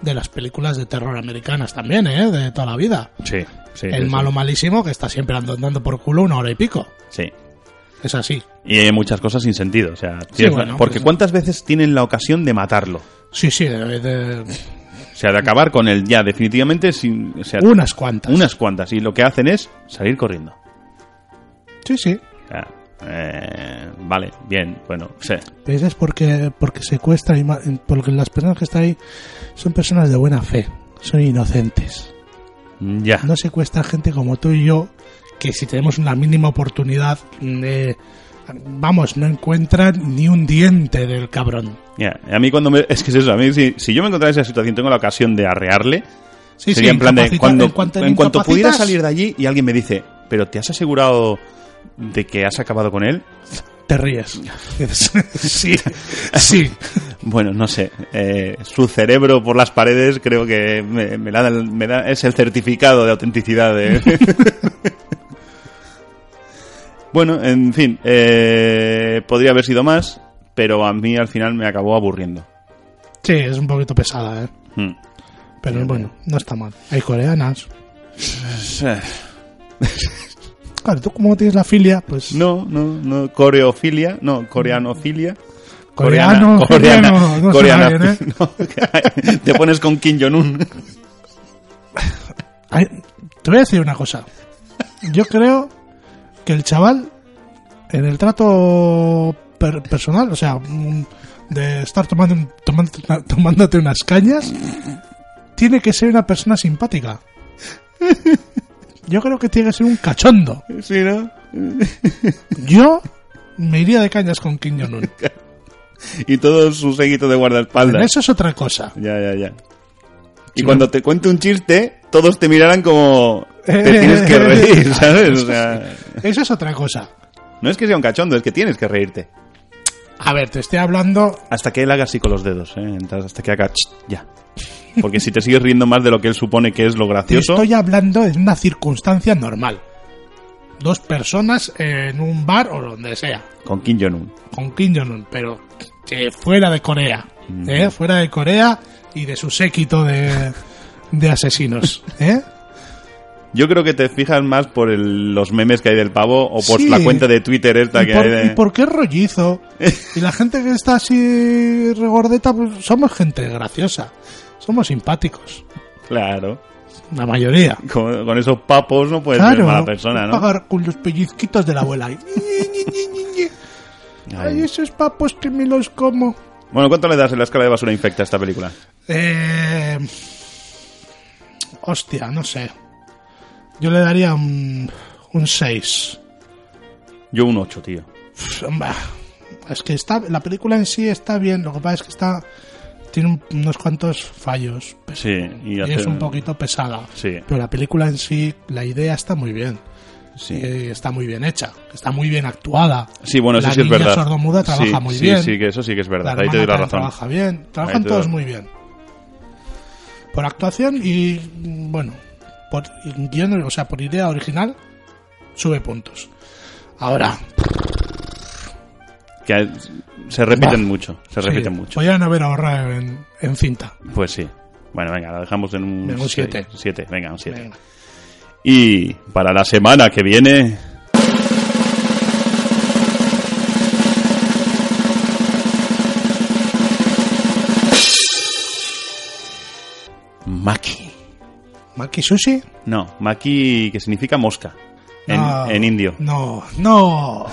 de las películas de terror americanas también, ¿eh? De toda la vida.
Sí, sí.
El
sí,
malo malísimo que está siempre andando por culo una hora y pico.
Sí. Sí.
Es así.
Y hay muchas cosas sin sentido. O sea, tienes-
bueno,
porque
pues-
¿cuántas veces tienen la ocasión de matarlo?
Sí, sí, de- de-
O sea, de acabar con el ya, definitivamente sin. o sea,
unas cuantas.
unas cuantas. Y lo que hacen es salir corriendo.
Sí, sí.
O sea, eh, vale, bien, bueno, sí.
Pero eso Pues es porque, porque secuestra y ma- porque las personas que están ahí son personas de buena fe, son inocentes.
Ya.
No secuestra gente como tú y yo, que si tenemos una mínima oportunidad, eh, vamos, no encuentran ni un diente del cabrón.
Ya, A mí cuando me. Es que es eso, a mí si, si yo me encontrara en esa situación, tengo la ocasión de arrearle.
Sí,
Sería
sí,
en plan de
incapacita-
cuando,
en cuanto,
en cuanto pudiera
incapacitas,
salir de allí y alguien me dice, pero ¿te has asegurado de que has acabado con él?
Te ríes. Dices, sí, sí.
Bueno, no sé. eh, su cerebro por las paredes creo que me, me la da el- me da- es el certificado de autenticidad. de- bueno, en fin, eh, podría haber sido más, pero a mí al final me acabó aburriendo.
Sí, es un poquito pesada, ¿eh?
Mm.
Pero bueno, no está mal. Hay coreanas. Claro, tú como tienes la filia, pues...
No, no, no. Coreofilia, no, coreanofilia.
Coreano,
coreana,
coreano, no ¿eh?
coreana.
suena bien,
No, te pones con Kim Jong-un.
Ay, te voy a decir una cosa. Yo creo que el chaval, en el trato per- personal, o sea, mm, de estar tomando, un- tomando- tomándote unas cañas, tiene que ser una persona simpática. Yo creo que tiene que ser un cachondo.
Sí, ¿no?
Yo me iría de cañas con Kim Jong-un.
Y todo su seguito de
Pero
guardaespaldas.
Eso es otra cosa.
Ya, ya, ya. Y cuando te cuente un chiste, todos te mirarán como... Te
Eh,
tienes que
eh,
reír,
eh,
¿sabes? O sea,
Eso es otra cosa.
no es que sea un cachondo, es que tienes que reírte.
A ver, te estoy hablando
Hasta que él haga así con los dedos, ¿eh? Entonces, hasta que haga... ch, ya. Porque si te sigues riendo más de lo que él supone que es lo
Te
gracioso...
estoy hablando en una circunstancia normal. Dos personas en un bar o donde sea,
Con Kim Jong-un.
con Kim Jong-un, pero
Mm.
eh, fuera de Corea. ¿eh? Fuera de Corea y de su séquito de, de asesinos. ¿eh?
Yo creo que te fijas más por el- los memes que hay del pavo o por
Sí.
la cuenta de Twitter esta
¿Y
que
por,
hay de...
y por qué rollizo? Y la gente que está así regordeta, pues somos gente graciosa. Somos simpáticos.
Claro.
La mayoría.
Con, con esos papos no puedes ser
claro.
Pues mala persona, ¿no?
pagar con los pellizquitos de la abuela. Ñe, Ñe, Ñe, Ñe, Ñe. Ay,
Ay.
esos papos que me los como.
Bueno, ¿cuánto le das en la escala de basura infecta a esta película?
Eh, hostia, no sé. Yo le daría un, un 6.
Yo un 8, tío.
Pff, bah, Es que está, la película en sí está bien, lo que pasa es que está tiene un- unos cuantos fallos
Sí, y,
y
hace-
es un poquito pesada.
Sí.
Pero la película en sí, la idea está muy bien.
Sí.
Y está muy bien hecha, está muy bien actuada.
Sí, bueno, eso
la
sí es
niña
verdad.
sordomuda trabaja
Sí,
muy
sí,
bien.
Sí, que eso sí que es verdad.
La
Ahí te doy la
hermana también
razón.
Trabaja bien, trabajan
te doy-
todos muy bien. Por actuación y mm, bueno, por guion, o sea, por idea original, sube puntos. Ahora,
Pues Que hay- se repiten
Bah.
mucho, se repiten
sí,
mucho.
Podrían haber ahorrado en, en cinta.
Pues sí. Bueno, venga, la dejamos en un
Venga, un siete.
7, venga, un 7.
Venga.
Y para la semana que viene... Maki.
Maki Sushi.
No, Maki, que significa mosca. En,
No,
en indio.
No, no.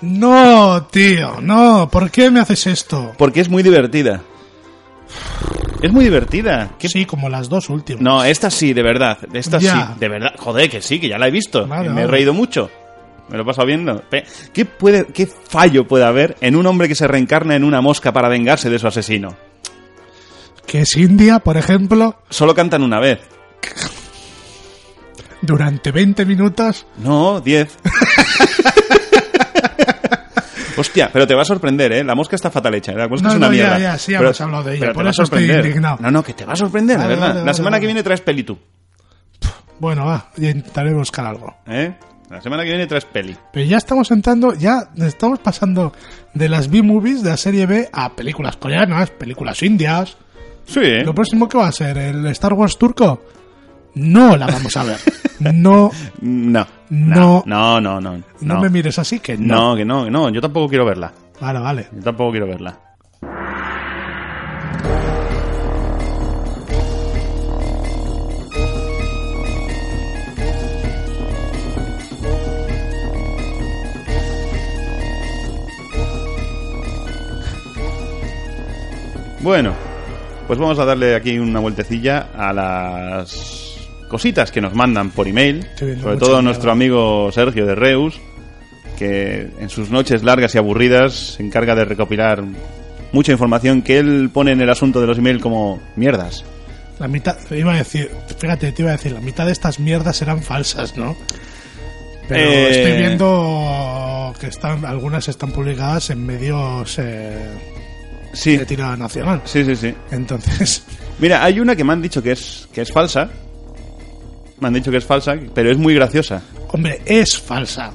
No, tío, no. ¿Por qué me haces esto?
Porque es muy divertida. Es muy divertida. ¿Qué-
Sí, como las dos últimas.
No, esta sí, de verdad. Esta
Ya.
sí, de verdad. Joder, que sí, que ya la he visto.
Vale,
Y me he
vale.
reído mucho. Me lo he pasado viendo. Pe- ¿Qué, puede, ¿Qué fallo puede haber en un hombre que se reencarna en una mosca para vengarse de su asesino?
Que es India, por ejemplo,
Solo cantan una vez.
durante 20 minutos.
No, 10. Hostia, pero te va a sorprender, ¿eh? La mosca está fatal hecha. La mosca
No,
es una
no, ya,
mierda.
ya, sí,
Pero-
hemos hablado de ella,
pero te
por
va a
eso estoy
sorprender.
indignado.
No, no, que te va a sorprender, de
Vale,
verdad.
vale,
la
vale,
semana
vale.
que viene traes peli tú,
Bueno, va, intentaré buscar algo.
¿eh? La semana que viene traes peli.
Pero ya estamos entrando, ya estamos pasando de las B-movies, de la serie B, a películas coreanas, películas indias.
Sí, ¿eh?
¿Lo próximo que va a ser? ¿El Star Wars turco? No la vamos a ver. No,
No.
No.
No, no, no. No,
no, me mires así, que no.
No, que no, que no. Yo tampoco quiero verla.
Vale, vale.
Yo tampoco quiero verla. Bueno, pues vamos a darle aquí una vueltecilla a las cositas que nos mandan por email.
Estoy viendo
Sobre
mucha
todo
mierda.
nuestro amigo Sergio de Reus, que en sus noches largas y aburridas se encarga de recopilar mucha información que él pone en el asunto de los email como mierdas.
La mitad, iba a decir, fíjate, te iba a decir, la mitad de estas mierdas eran falsas, ¿no? Pero
Eh.
estoy viendo que están, algunas están publicadas en medios eh,
Sí,
de tirada nacional.
sí, sí, sí.
Entonces,
Mira, hay una que me han dicho que es, que es falsa. Me han dicho que es falsa, pero es muy graciosa.
hombre, es falsa.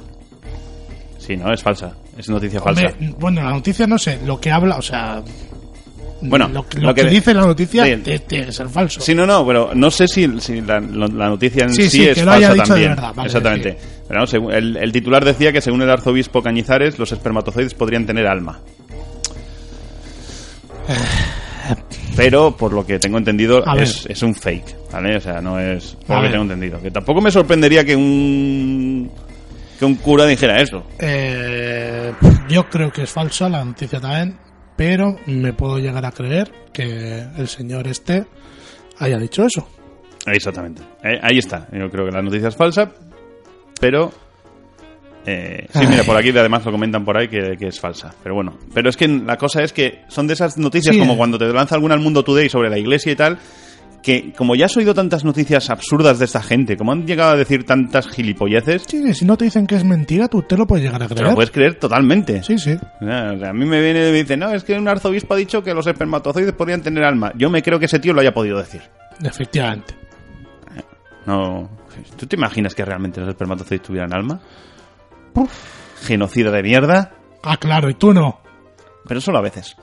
Sí, no, es falsa. Es noticia falsa.
Hombre, bueno, la noticia no sé, lo que habla, o sea,
Bueno,
lo, que-
lo
lo que,
que-
dice la noticia
Sí.
te- tiene que ser falso.
Sí, no, no, pero no sé si, si la, lo- la noticia en sí,
Sí, sí,
es
que lo haya
falsa
dicho de
también.
verdad, vale,
Exactamente. Pero no, según- el, el titular decía que según el arzobispo Cañizares, los espermatozoides podrían tener alma. Pero por lo que tengo entendido
Eh. A
es, es un fake, ¿vale? O sea, no es
A
por lo que
ver.
tengo entendido. Que tampoco me sorprendería que un que un cura dijera eso.
Eh, yo creo que es falsa la noticia también, pero me puedo llegar a creer que el señor este haya dicho eso.
Exactamente. Eh, ahí está. Yo creo que la noticia es falsa, pero... eh, sí, mira, por aquí además lo comentan por ahí que, que es falsa. Pero bueno, pero es que la cosa es que son de esas noticias
Sí,
como
eh.
cuando te lanza alguna al Mundo Today sobre la iglesia y tal, que como ya has oído tantas noticias absurdas de esta gente, como han llegado a decir tantas gilipolleces,
Sí, si no te dicen que es mentira, tú te lo puedes llegar a
te
creer.
lo puedes creer totalmente.
Sí, sí.
O sea, o sea, a mí me viene y me dice, no, es que un arzobispo ha dicho que los espermatozoides podrían tener alma. Yo me creo que ese tío lo haya podido decir.
Efectivamente.
No. ¿Tú te imaginas que realmente los espermatozoides tuvieran alma? Genocida de mierda.
Ah, claro, y tú no.
Pero solo a veces.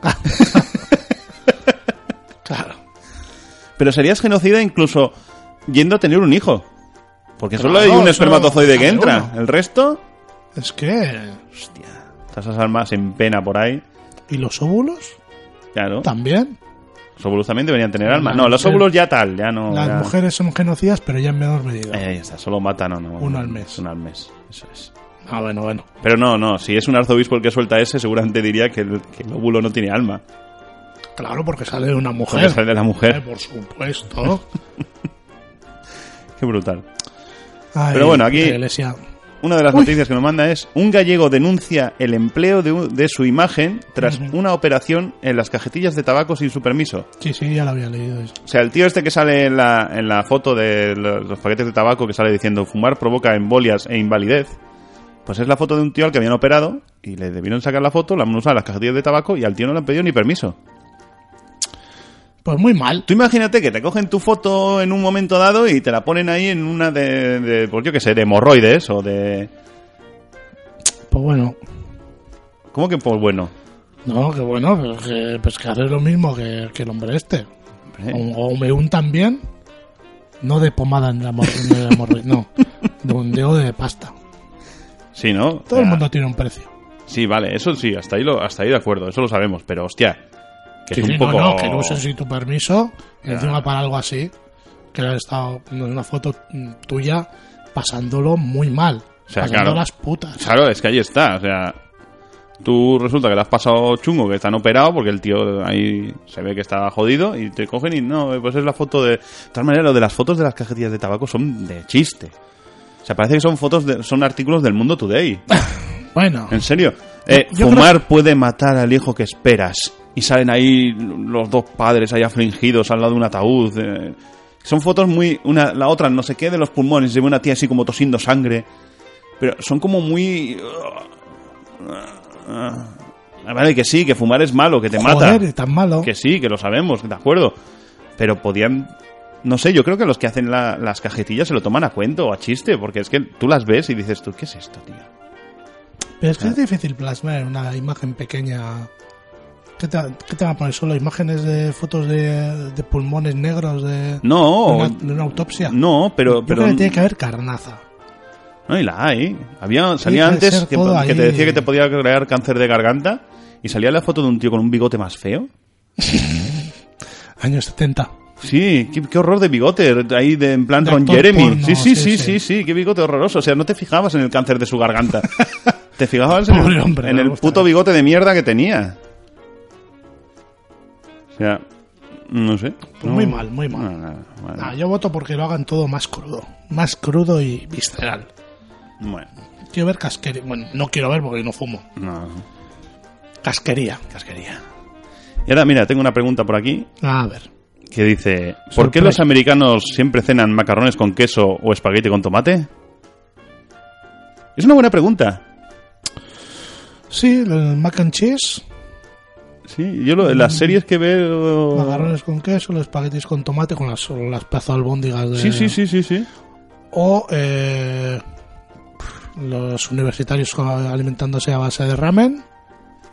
Claro.
Pero serías genocida incluso yendo a tener un hijo. Porque solo
Claro,
hay un
solo
espermatozoide que
sale
entra.
uno.
El resto,
Es que.
todas esas almas en pena por ahí.
¿Y los óvulos?
Claro.
También.
Los óvulos también deberían tener alma.
Las
No, los
mujeres-
óvulos ya tal, ya no.
Las
ya-
mujeres son genocidas, pero ya en menor medida.
Eh, ahí está, solo matan o no.
Uno al mes.
Uno al mes, eso es.
Ah, bueno, bueno.
Pero no, no, si es un arzobispo el que suelta ese, seguramente diría que el, que el óvulo no tiene alma.
Claro, porque sale de una
Porque
mujer.
sale de la
Eh,
mujer.
por supuesto.
Qué brutal.
Ay,
Pero bueno, aquí-
la iglesia.
Una de las noticias que nos manda es un gallego denuncia el empleo de, un- de su imagen tras una operación en las cajetillas de tabaco sin su permiso.
Sí, sí, ya lo había leído eso.
O sea, el tío este que sale en la, en la foto de los, los paquetes de tabaco que sale diciendo fumar provoca embolias e invalidez, pues es la foto de un tío al que habían operado y le debieron sacar la foto, la han usado en las cajetillas de tabaco y al tío no le han pedido ni permiso.
Pues muy mal.
Tú imagínate que te cogen tu foto en un momento dado y te la ponen ahí en una de, de pues yo qué sé, de hemorroides o de...
Pues bueno.
¿Cómo que pues bueno?
No, que bueno, pero que, pues que haces lo mismo que, que el hombre este.
Hombre,
O, o me untan bien. No de pomada en la morri, no, de la morri- no. De un dedo de pasta.
Sí, ¿no? Ah. O
Todo el
sea,
mundo tiene un precio.
Sí, vale, eso sí, hasta ahí, lo, hasta ahí de acuerdo, eso lo sabemos, pero hostia, que
Sí,
es un
sí,
poco...
no, no, que no uses sin tu permiso. y Encima para algo así. Que has estado en una foto mm, tuya pasándolo muy mal.
O sea,
pasando
claro.
las putas.
Claro, es que ahí está, o sea, tú resulta que le has pasado chungo, que están operado, porque el tío ahí se ve que está jodido, y te cogen y no, pues es la foto de... De tal manera, lo de las fotos de las cajetillas de tabaco son de chiste. O sea, parece que son fotos, de- son artículos del Mundo Today.
Bueno,
En serio. Eh,
yo
fumar puede matar al hijo que esperas. Y salen ahí los dos padres ahí afligidos al lado de un ataúd. eh. Son fotos muy... Una, la otra, no sé qué, de los pulmones. Y se ve una tía así como tosiendo sangre. Pero son como muy... Ah, Vale, que sí, que fumar es malo, que te mata.
joder, tan malo.
Que sí, que lo sabemos, de acuerdo. Pero podían... No sé, yo creo que los que hacen la- las cajetillas se lo toman a cuento o a chiste, porque es que tú las ves y dices tú, ¿qué es esto, tío?
Pero es que es
Ah.
difícil plasmar una imagen pequeña. ¿Qué te, qué te va a poner solo? ¿Imágenes de fotos de, de pulmones negros de, de
No,
una, de una autopsia?
No, pero.
Yo
pero
creo que tiene que haber carnaza.
No, y la hay. Había, salía
puede
antes
ser
que,
todo
que te
ahí.
decía que te podía crear cáncer de garganta y salía la foto de un tío con un bigote más feo.
Años 70.
Sí, qué, qué horror de bigote, ahí de, en plan
De
Ron
actor
Jeremy.
porno,
sí,
sí,
sí, sí, sí,
sí.
sí, qué bigote horroroso. O sea, no te fijabas en el cáncer de su garganta. te fijabas en
Pobre
el,
hombre,
en
me
el
gusta
puto
eso.
bigote de mierda que tenía. O sea, no sé. no-
Pues muy mal, muy mal.
No, no, no, bueno.
Ah, yo voto porque lo hagan todo más crudo. Más crudo y visceral.
Bueno,
Quiero ver casquería. Bueno, no quiero ver porque no fumo.
no.
Casquería. Casquería.
Y ahora, mira, tengo una pregunta por aquí
A ver.
que dice, ¿por qué
Sorpresa.
los americanos siempre cenan macarrones con queso o espagueti con tomate? Es una buena pregunta.
Sí, el mac and cheese,
Sí, yo lo- en las series que veo...
Mm. macarrones con queso, los espaguetis con tomate con las, las pedazos de albóndigas de...
Sí, sí, sí, sí, sí.
o eh, los universitarios co- alimentándose a base de ramen,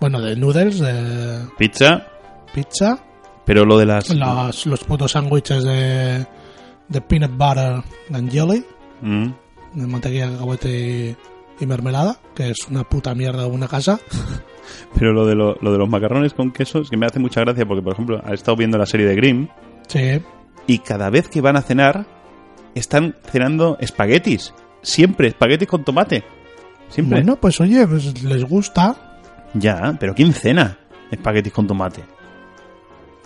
bueno, de noodles, de
Pizza,
pizza,
pero lo de las...
las- los putos sándwiches de, de peanut butter and jelly,
Mm.
de mantequilla, cacahuete y, y mermelada, que es una puta mierda de una casa.
Pero lo de, lo, lo de los macarrones con queso es que me hace mucha gracia porque, por ejemplo, he estado viendo la serie de Grimm
Sí,
y cada vez que van a cenar están cenando espaguetis. Siempre, espaguetis con tomate. Siempre.
bueno, pues oye, pues les gusta,
Ya, pero ¿quién cena espaguetis con tomate?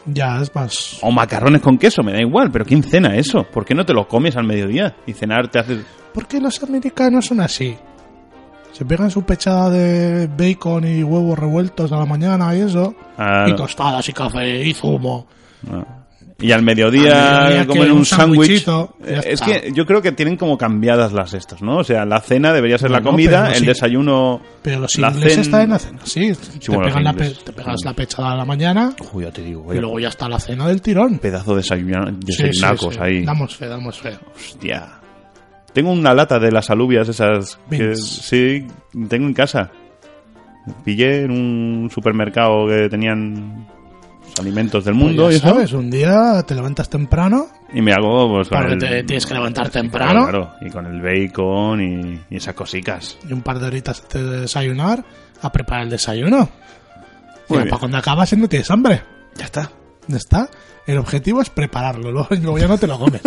ya es más...
O macarrones con queso, me da igual, pero ¿quién cena eso? ¿Por qué no te lo comes al mediodía? Y cenar te haces...
¿Por qué los americanos son así? Se pegan su pechada de bacon y huevos revueltos a la mañana y eso.
Ah,
y
no.
tostadas y café y zumo.
Y al
Al
mediodía
mediodía
comen
que
un
un
sándwich.
sandwichito, ya
Eh, Es
está.
que yo creo que tienen como cambiadas las estos, ¿no? O sea, la cena debería ser la
Bueno,
comida,
pero
el
sí.
desayuno...
Pero los
la
ingleses
cen-
están en la cena, sí. te,
bueno,
pegan la
los ingleses.
pe- te pegas la pechada a la mañana
Uy, ya te digo,
y
vaya
luego ya está la cena del tirón.
pedazo de desayuno-
Sí, sí,
desayunacos
sí.
ahí.
Damos fe, damos fe.
Hostia. Tengo una lata de las alubias esas que
Beans.
sí tengo en casa. Pillé en un supermercado que tenían los alimentos del
Pues
mundo
ya
y, eso,
sabes, un día te levantas temprano,
y me hago pues con
porque
el-
te tienes que levantar
Claro,
temprano,
claro, y con el bacon y, y esas cositas.
y un par de horitas antes de desayunar, a preparar el desayuno.
Muy
Pero
bien.
para cuando acabas y no tienes hambre.
Ya está.
Ya está. El objetivo es prepararlo, luego luego ya no te lo comes.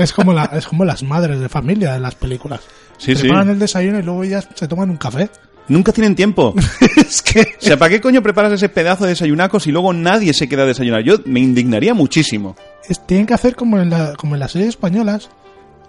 es, como la- es como las madres de familia de las películas.
Sí, sí.
Preparan el desayuno y luego ellas se toman un café.
Nunca tienen tiempo.
es que...
O sea, ¿para qué coño preparas ese pedazo de desayunaco si luego nadie se queda a desayunar? Yo me indignaría muchísimo.
es- tienen que hacer como en, la- como en las series españolas,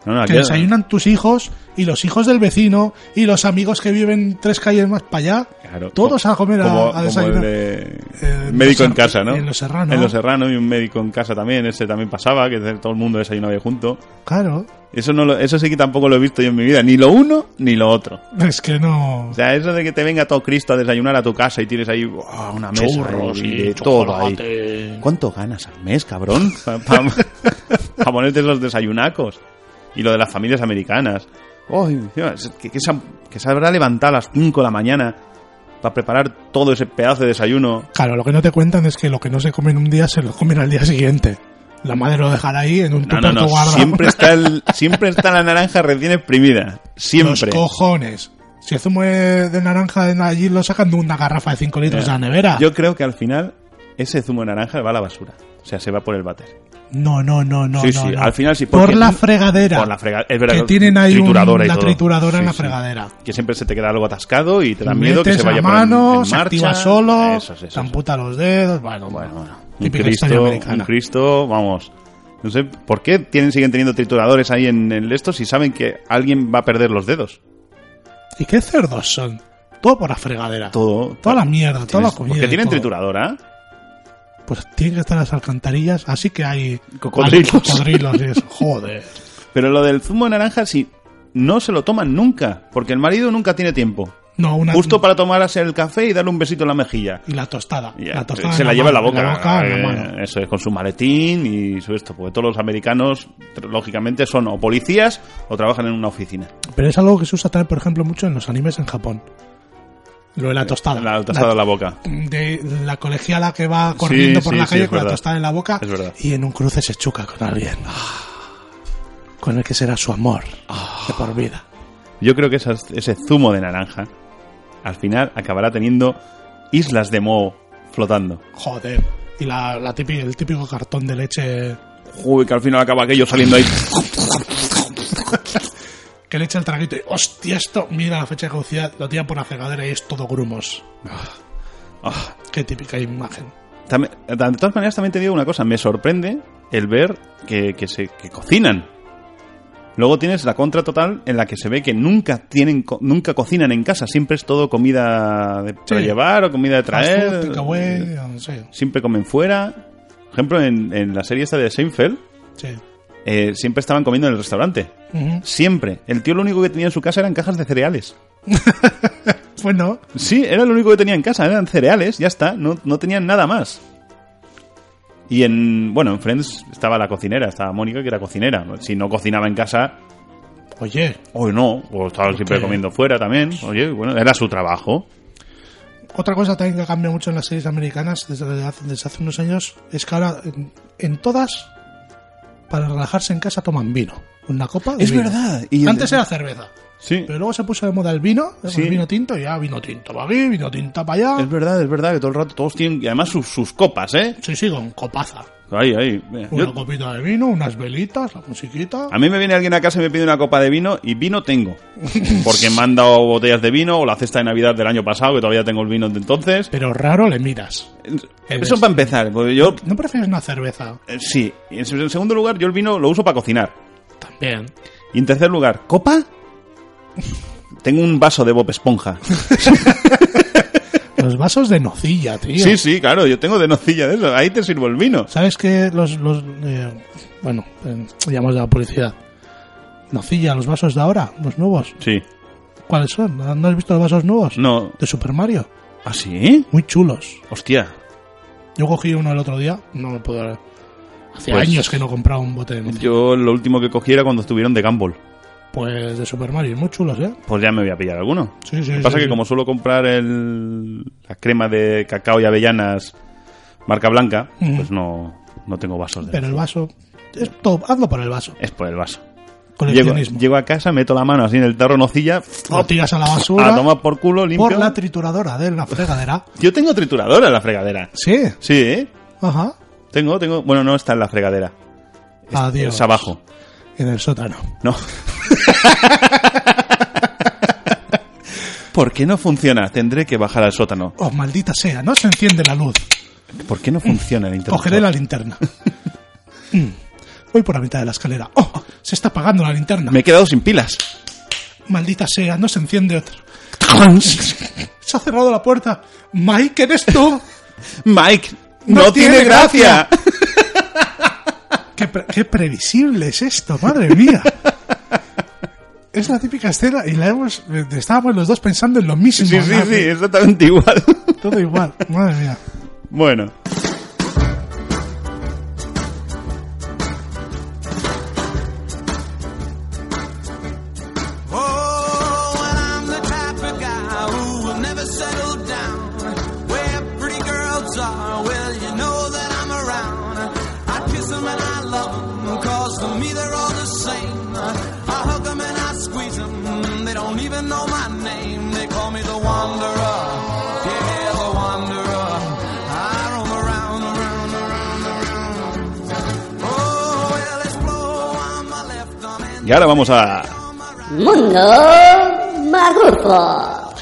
No, no,
que
aquí-
desayunan tus hijos y los hijos del vecino y los amigos que viven tres calles más para allá.
Claro,
todos
como-
a comer a-
como-
a, desayunar.
Como el de-
Eh,
médico
Los Serra-
en casa, ¿no?
en Los Serrano.
En Los Serrano y un médico en casa también. Ese también pasaba, que todo el mundo desayunaba junto.
Claro,
Eso, no lo- eso sí que tampoco lo he visto yo en mi vida. Ni lo uno ni lo otro.
es que no.
O sea, eso de que te venga todo Cristo a desayunar a tu casa y tienes ahí ¡buah! una mesa
Churros
ahí,
y
de todo ahí.
chocolate.
¿Cuánto ganas al mes, cabrón? Para ponerte esos desayunacos. Y lo de las familias americanas. ¡Ay, Dios! que, que se, han- que se habrá levantado a las 5 de la mañana para preparar todo ese pedazo de desayuno.
Claro, lo que no te cuentan es que lo que no se comen un día se lo comen al día siguiente. La madre lo dejará ahí en un
No, no,
tupper
no.
guardado.
Siempre está, el- siempre está la naranja recién exprimida.
Los
Siempre.
cojones. Si el zumo de de naranja en- allí lo sacan de una garrafa de 5 litros de la nevera.
Eh, Yo creo que al final ese zumo de naranja va a la basura. O sea, se va por el váter.
No, no, no, no.
Sí,
no,
sí,
no.
al final sí, porque-
Por la fregadera.
Por la frega- es verdad,
Que tienen ahí un-
trituradora y
la
todo.
trituradora en
Sí,
la
sí.
fregadera.
que siempre se te queda algo atascado y te da
Metes
miedo que se vaya
la
por en-
mano,
en
se
marcha.
activa solo,
Eso, eso,
se
eso.
amputa los dedos. Bueno,
Bueno, bueno. Un
Típica historia
Cristo,
americana.
un Cristo, vamos. No sé por qué tienen, siguen teniendo trituradores ahí en el esto si saben que alguien va a perder los dedos.
¿Y qué cerdos son? Todo por la fregadera.
Todo.
Toda la mierda, toda la
Tienes-
comida.
Porque
y
tienen
todo.
trituradora.
Pues tienen que estar las alcantarillas, así que hay
Cocodrilos.
hay cocodrilos y eso. Joder.
Pero lo del zumo de naranja, sí, no se lo toman nunca. Porque el marido nunca tiene tiempo.
No, una
Justo para tomarse el café y darle un besito en la mejilla.
y la tostada.
Ya, eh,
la tostada
se
en
la lleva en la
mano,
boca.
en la
eh,
mano.
Eso es, con su maletín y su esto. Porque todos los americanos, tr- lógicamente, son o policías o trabajan en una oficina.
Pero es algo que se usa también, por ejemplo, mucho en los animes en Japón. Lo de la tostada.
La tostada en la boca.
de la colegiala que va corriendo por
sí,
la
sí,
calle
es
con la
verdad.
tostada en la boca
Es verdad.
y en un cruce se choca con alguien. Con el que será su amor de por vida.
Yo creo que esas- ese zumo de naranja, al final, acabará teniendo islas de moho flotando.
Joder. Y la, la típi- el típico cartón de leche
Uy, que al final acaba aquello saliendo ahí.
que le echa el traguito y hostia, esto, mira la fecha de caducidad, lo tiran por la fregadera y es todo grumos.
Ah.
Qué típica imagen.
También- de todas maneras, también te digo una cosa. Me sorprende el ver que, que se que cocinan. Luego tienes la contra total en la que se ve que nunca tienen co- nunca cocinan en casa. Siempre es todo comida de para
Sí.
llevar o comida de
Fast
traer.
food, takeaway, no sé,
Siempre comen fuera. Por ejemplo, en, en la serie esta de Seinfeld,
sí.
eh, siempre estaban comiendo en el restaurante.
Ujú.
Siempre. El tío lo único que tenía en su casa eran cajas de cereales.
Bueno,
Sí, era lo único que tenía en casa, eran cereales, ya está, no, no tenían nada más. Y en, bueno, en Friends estaba la cocinera, estaba Mónica que era cocinera. Si no cocinaba en casa,
oye,
hoy no, o estaba siempre
Ok.
comiendo fuera también. Oye, bueno, era su trabajo.
otra cosa también que cambia mucho en las series americanas desde hace, desde hace unos años es que ahora en, en todas, para relajarse en casa, toman vino. Una copa de
Es
vino.
verdad, y-
Antes era cerveza.
Sí,
Pero luego se puso de moda el vino,
Sí.
el vino tinto, y ya vino tinto para aquí, vino tinta para allá.
es verdad, es verdad que todo el rato todos tienen, y además sus, sus copas, ¿eh?
Sí, sí, con copaza.
Ahí, ahí. mira,
Una
yo-
copita de vino, unas velitas, la musiquita.
a mí me viene alguien a casa y me pide una copa de vino y vino tengo. Porque me han dado botellas de vino o la cesta de Navidad del año pasado, que todavía tengo el vino de entonces.
Pero raro le miras.
Eso para empezar, porque yo
¿No prefieres una cerveza?
Eh, Sí. Y En en segundo lugar, yo el vino lo uso para cocinar.
También.
Y en tercer lugar, ¿copa? Tengo un vaso de Bob Esponja.
Los vasos de nocilla, tío.
Sí, sí, claro, yo tengo de nocilla de eso. Ahí te sirvo el vino.
¿Sabes que los... los eh, bueno, eh, ya hemos dado publicidad. Nocilla, los vasos de ahora, los nuevos.
Sí.
¿Cuáles son? ¿No has visto los vasos nuevos?
No.
De Super Mario.
¿Ah, sí?
Muy chulos.
Hostia.
Yo cogí uno el otro día, no me puedo... Hace
Pues-
años que no compraba un bote de nocilla.
Yo lo último que cogí era cuando estuvieron de Gumball.
Pues de Super Mario, muy chulos, ¿eh?
Pues ya me voy a pillar alguno.
Sí, sí,
Lo que
sí,
pasa es
sí.
que como suelo comprar el, la crema de cacao y avellanas marca blanca,
Ujú.
pues no, no tengo vasos de
Pero el vaso. Es top, hazlo por el vaso.
Es por el vaso. Llego,
Coleccionismo.
llego a casa, meto la mano así en el tarro nocilla, ¡oh!
Lo tiras a la basura.
a tomar por culo, limpio.
por la trituradora de la fregadera.
Yo tengo trituradora en la fregadera.
Sí,
Sí, ¿eh?
ajá.
Tengo, tengo. Bueno, no está en la fregadera. Es-
Adiós.
Es abajo.
En el sótano.
No. ¿Por qué no funciona? Tendré que bajar al sótano.
Oh, maldita sea, no se enciende la luz.
¿Por qué no funciona el internet?
Eh, Cogeré la linterna. Mm. Voy por la mitad de la escalera. ¡Oh! Se está apagando la linterna.
Me he quedado sin pilas.
Maldita sea, no se enciende otra. se ha cerrado la puerta. Mike, ¿eres tú?
Mike, no,
No
tiene,
tiene
gracia.
¿Qué, pre- qué previsible es esto, madre mía. Es la típica escena y la hemos, eh, estábamos los dos pensando en lo mismo.
Sí, sí,
¿no?
sí, exactamente igual.
Todo igual, madre mía.
Bueno.
Oh, and I'm the type of guy who will never settle down. Where pretty girls are, well, you know that I'm around. I kiss them and I love them, cause to me they're all the same. I hug them and I squeeze them, they don't even know my name. They call me the wanderer, yeah, oh, the wanderer. I roam around, around, around, around. Oh, well, it's blow on my left arm and
Y ahora vamos a.
Mundo Magufo.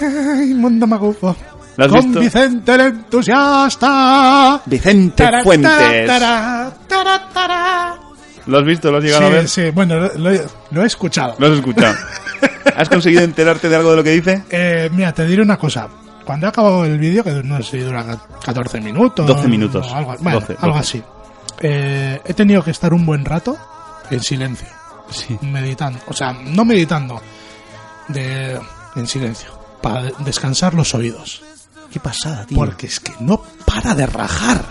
Ay, mundo magufo.
¿Lo has
Con
visto?
Vicente el entusiasta.
Vicente
Tará,
Fuentes.
tará, tará, tará.
¿Lo has visto? ¿Lo has llegado a ver?
Sí, sí, bueno, lo, lo- lo he escuchado.
¿Lo has escuchado? ¿Has conseguido enterarte de algo de lo que dice?
Eh, mira, te diré una cosa. Cuando he acabado el vídeo, que no sé si dura 14 minutos.
12 minutos.
o algo, bueno,
12,
algo
12.
así. Eh, he tenido que estar un buen rato en silencio,
Sí.
meditando. O sea, no meditando, de, en silencio, para de- descansar los oídos.
Qué pasada, tío.
Porque es que no para de rajar.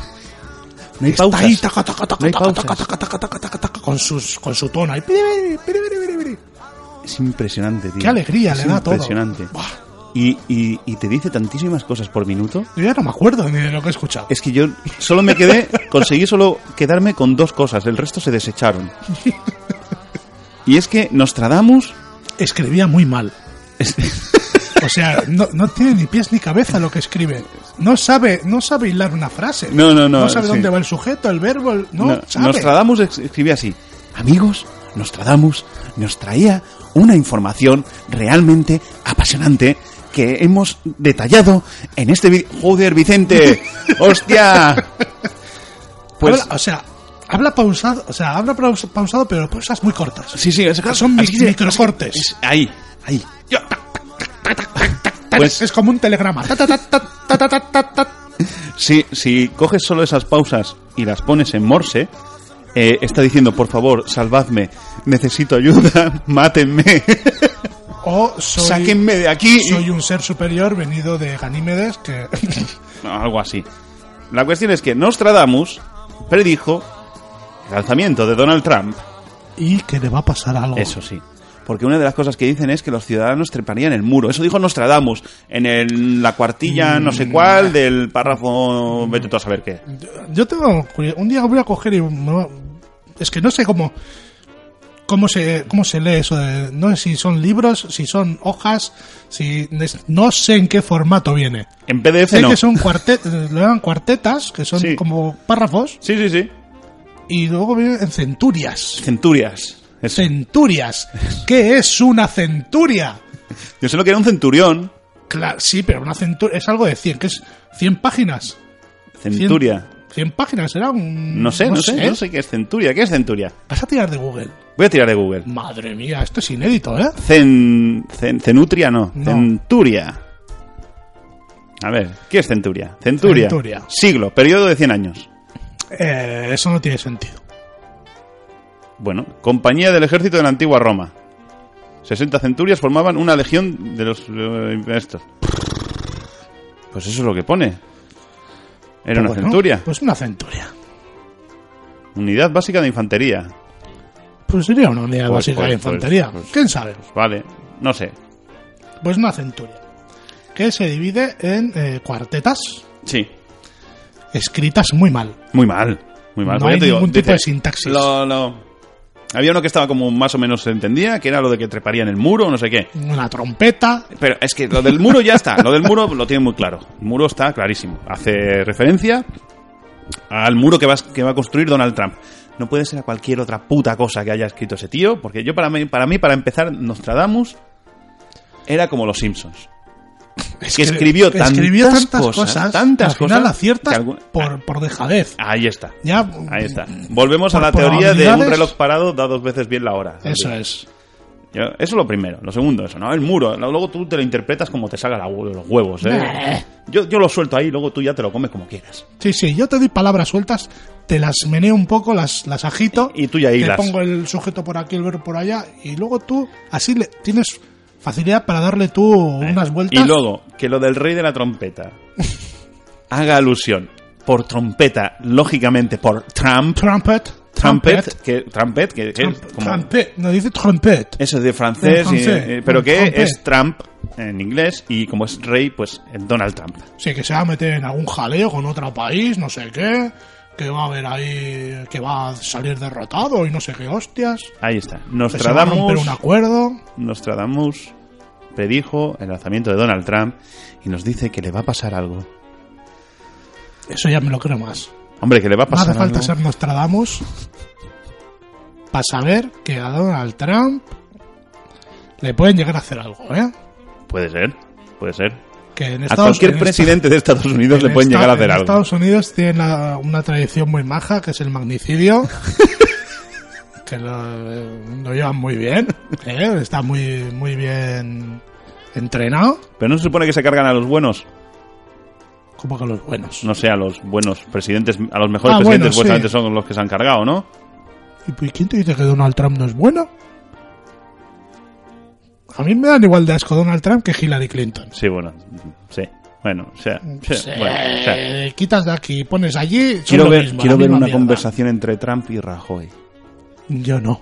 No hay
Está
pausas.
ahí, taca, taca, taca,
No hay
taca,
pausas.
taca, taca, taca, taca, taca, taca, con, sus, con su tono ahí. Piri, piri, piri, piri, piri.
Es impresionante, tío.
Qué alegría
Es
le da todo.
Impresionante.
Buah,
Y, y, y te dice tantísimas cosas por minuto.
yo ya no me acuerdo ni de lo que he escuchado.
Es que yo solo me quedé, conseguí solo quedarme con dos cosas, el resto se desecharon. Y es que Nostradamus
Escribía muy mal.
es-
O sea, no, no tiene ni pies ni cabeza lo que escribe. No sabe, no sabe hilar una frase.
No, no, no,
No sabe
sí.
dónde va el sujeto, el verbo, el- no,
No,
sabe.
Nostradamus ex- escribía así: Amigos, Nostradamus nos traía una información realmente apasionante que hemos detallado en este vídeo. ¡Joder, Vicente! ¡Hostia! Pues.
Habla- o sea, habla pausado, o sea, habla paus- pausado, pero pausas muy cortas.
Sí, sí, es-
Son
así
mis
se-
microcortes.
es- ahí, ahí. Yo- tac, tac, tac, tac, tac, tac. Pues
es como un telegrama. Ta, ta, ta, ta, ta, ta, ta, ta, ta.
si, si coges solo esas pausas y las pones en morse, eh, está diciendo, por favor, salvadme, necesito ayuda, mátenme,
O soy,
sáquenme de aquí.
soy un ser superior venido de Ganímedes que
No, algo así. La cuestión es que Nostradamus predijo el alzamiento de Donald Trump.
y que le va a pasar algo.
Eso sí. Porque una de las cosas que dicen es que los ciudadanos treparían el muro. Eso dijo Nostradamus en el- la cuartilla no sé cuál del párrafo... Vete tú a saber qué.
Yo tengo curio- un día voy a coger y me- es que no sé cómo cómo se cómo se lee eso de- no sé si son libros, si son hojas, si es- no sé en qué formato viene.
En PDF
Sé
no.
que son cuartet, lo llaman cuartetas, que son
Sí.
como párrafos
Sí, sí, sí.
y luego viene en centurias.
Centurias. Es-
Centurias. ¿Qué es una centuria?
Yo sé lo que era un centurión.
Claro, sí, pero una centuria es algo de 100, que es 100 páginas. 100
Centuria.
100 páginas, era un... ¿eh?
No sé, no, sé, no sé qué es centuria. ¿Qué es centuria?
Vas a tirar de Google.
Voy a tirar de Google.
Madre mía, esto es inédito, ¿eh?
Cen, cen- cenutria no,
No.
centuria. A ver, ¿qué es centuria? Centuria.
Centuria.
Siglo, periodo de 100 años.
Eh, Eso no tiene sentido.
Bueno, compañía del ejército de la antigua Roma. 60 centurias formaban una legión de los... eh, estos. Pues eso es lo que pone. Era una
Bueno,
centuria.
Pues una centuria.
Unidad básica de infantería.
Pues sería una unidad
Pues,
básica
pues,
de infantería.
pues, pues.
¿Quién sabe?
Vale, no sé.
Pues una centuria. Que se divide en eh, cuartetas,
Sí.
escritas muy mal.
Muy mal, muy mal.
No
Porque
hay
te digo,
ningún tipo
dice,
de sintaxis.
lo- lo- Había uno que estaba como más o menos se entendía, que era lo de que treparía en el muro, no sé qué.
Una trompeta.
Pero es que lo del muro ya está, lo del muro lo tiene muy claro. El muro está clarísimo. Hace referencia al muro que va, a- que va a construir Donald Trump. No puede ser a cualquier otra puta cosa que haya escrito ese tío, porque yo para mí, para, mí, para empezar, Nostradamus era como los Simpsons. Es que,
Escri-
escribió,
escribió
tantas, cosas, tantas
al final
cosas
aciertas
que algún-
por, por dejadez.
Ahí está.
Ya,
Ahí está. Volvemos a
Por
la teoría de un
probabilidades.
reloj parado da dos veces bien la hora.
Eso es.
Yo- eso es lo primero. Lo segundo, eso, ¿no? El muro. Lo- Luego tú te lo interpretas como te salga la hue- los huevos, ¿eh? Yo, yo lo suelto ahí, luego tú ya te lo comes como quieras.
Sí, sí, yo te doy palabras sueltas, te las meneo un poco, las, las agito.
Y- y tú ya
Te
hilas.
pongo el sujeto por aquí, el verbo por allá. Y luego tú, así le, tienes facilidad para darle tú unas vueltas.
Eh, Y luego, que lo del rey de la trompeta haga alusión por trompeta, lógicamente, por Trump.
Trumpet.
Trumpet, que, trumpet, que, que
Trump-
es como-
Trumpet. No dice trumpet.
Eso es de francés,
En
y-
francés,
eh, pero
en
que
francés.
es Trump en inglés y como es rey, pues Donald Trump.
Sí, que se va a meter en algún jaleo con otro país, no sé qué. Que va a haber ahí. Que va a salir derrotado y no sé qué hostias.
Ahí está.
Que se va a romper
Nostradamus,
un acuerdo.
Nostradamus predijo el lanzamiento de Donald Trump y nos dice que le va a pasar algo.
Eso ya me lo creo más.
Hombre, que le va a
No hace
pasar
falta
algo.
ser Nostradamus para saber que a Donald Trump le pueden llegar a hacer algo, ¿eh?
Puede ser, puede ser.
Que en
A
Estados,
cualquier
en
presidente de Estados Unidos
esta-
le pueden
en
llegar a
esta-
hacer
en
algo.
Estados Unidos tiene la- una tradición muy maja, que es el magnicidio. que lo, lo llevan muy bien, ¿eh? Está muy, muy bien entrenado.
Pero no se supone que se cargan a los buenos,
Como que los buenos.
no sé, a los buenos presidentes, a los mejores
Ah,
presidentes
bueno, sí.
supuestamente son los que se han cargado, ¿no?
¿Y pues, quién te dice que Donald Trump no es bueno? A mí me dan igual de asco Donald Trump que Hillary Clinton.
Sí, bueno, sí. Bueno, o sea, sí,
Sí,
bueno, o sea.
Eh, quitas de aquí, pones allí. son
Quiero
lo
ver,
mismo, la
quiero ver
misma
una
mierda.
conversación entre Trump y Rajoy.
Yo no.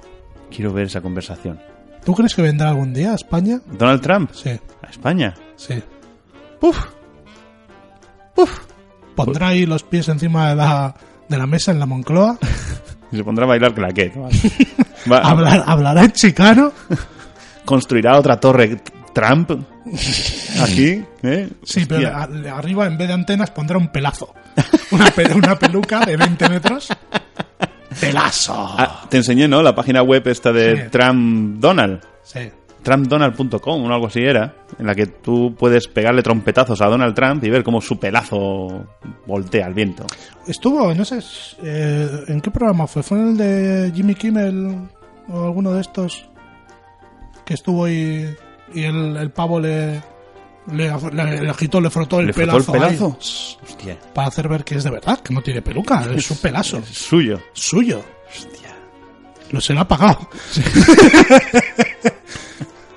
Quiero ver esa conversación.
¿Tú crees que vendrá algún día a España?
Donald Trump
Sí,
a España.
sí. Puf. Puf. Pondrá ahí los pies encima de la, de la mesa en la Moncloa.
Y se pondrá a bailar claquet. Va-
Hablar, hablará en chicano.
construirá otra torre Trump aquí. ¿eh?
Sí, pero
Hostia.
a- arriba en vez de antenas pondrá un pelazo. Una, pe- una peluca de 20 metros. Pelazo.
Ah, te enseñé, ¿no? La página web esta de
Sí.
Trump Donald.
Sí.
TrumpDonald.com o algo así era, en la que tú puedes pegarle trompetazos a Donald Trump y ver cómo su pelazo voltea al viento.
Estuvo, no sé, eh, ¿en qué programa fue? ¿Fue en el de Jimmy Kimmel o alguno de estos que estuvo y, y el, el pavo le, le, le- le agitó, le frotó el
¿Le frotó
pelazo,
el pelazo?
ahí,
Hostia.
para hacer ver que es de verdad, que no tiene peluca, es su pelazo,
Es suyo.
suyo,
Hostia.
lo se lo ha pagado.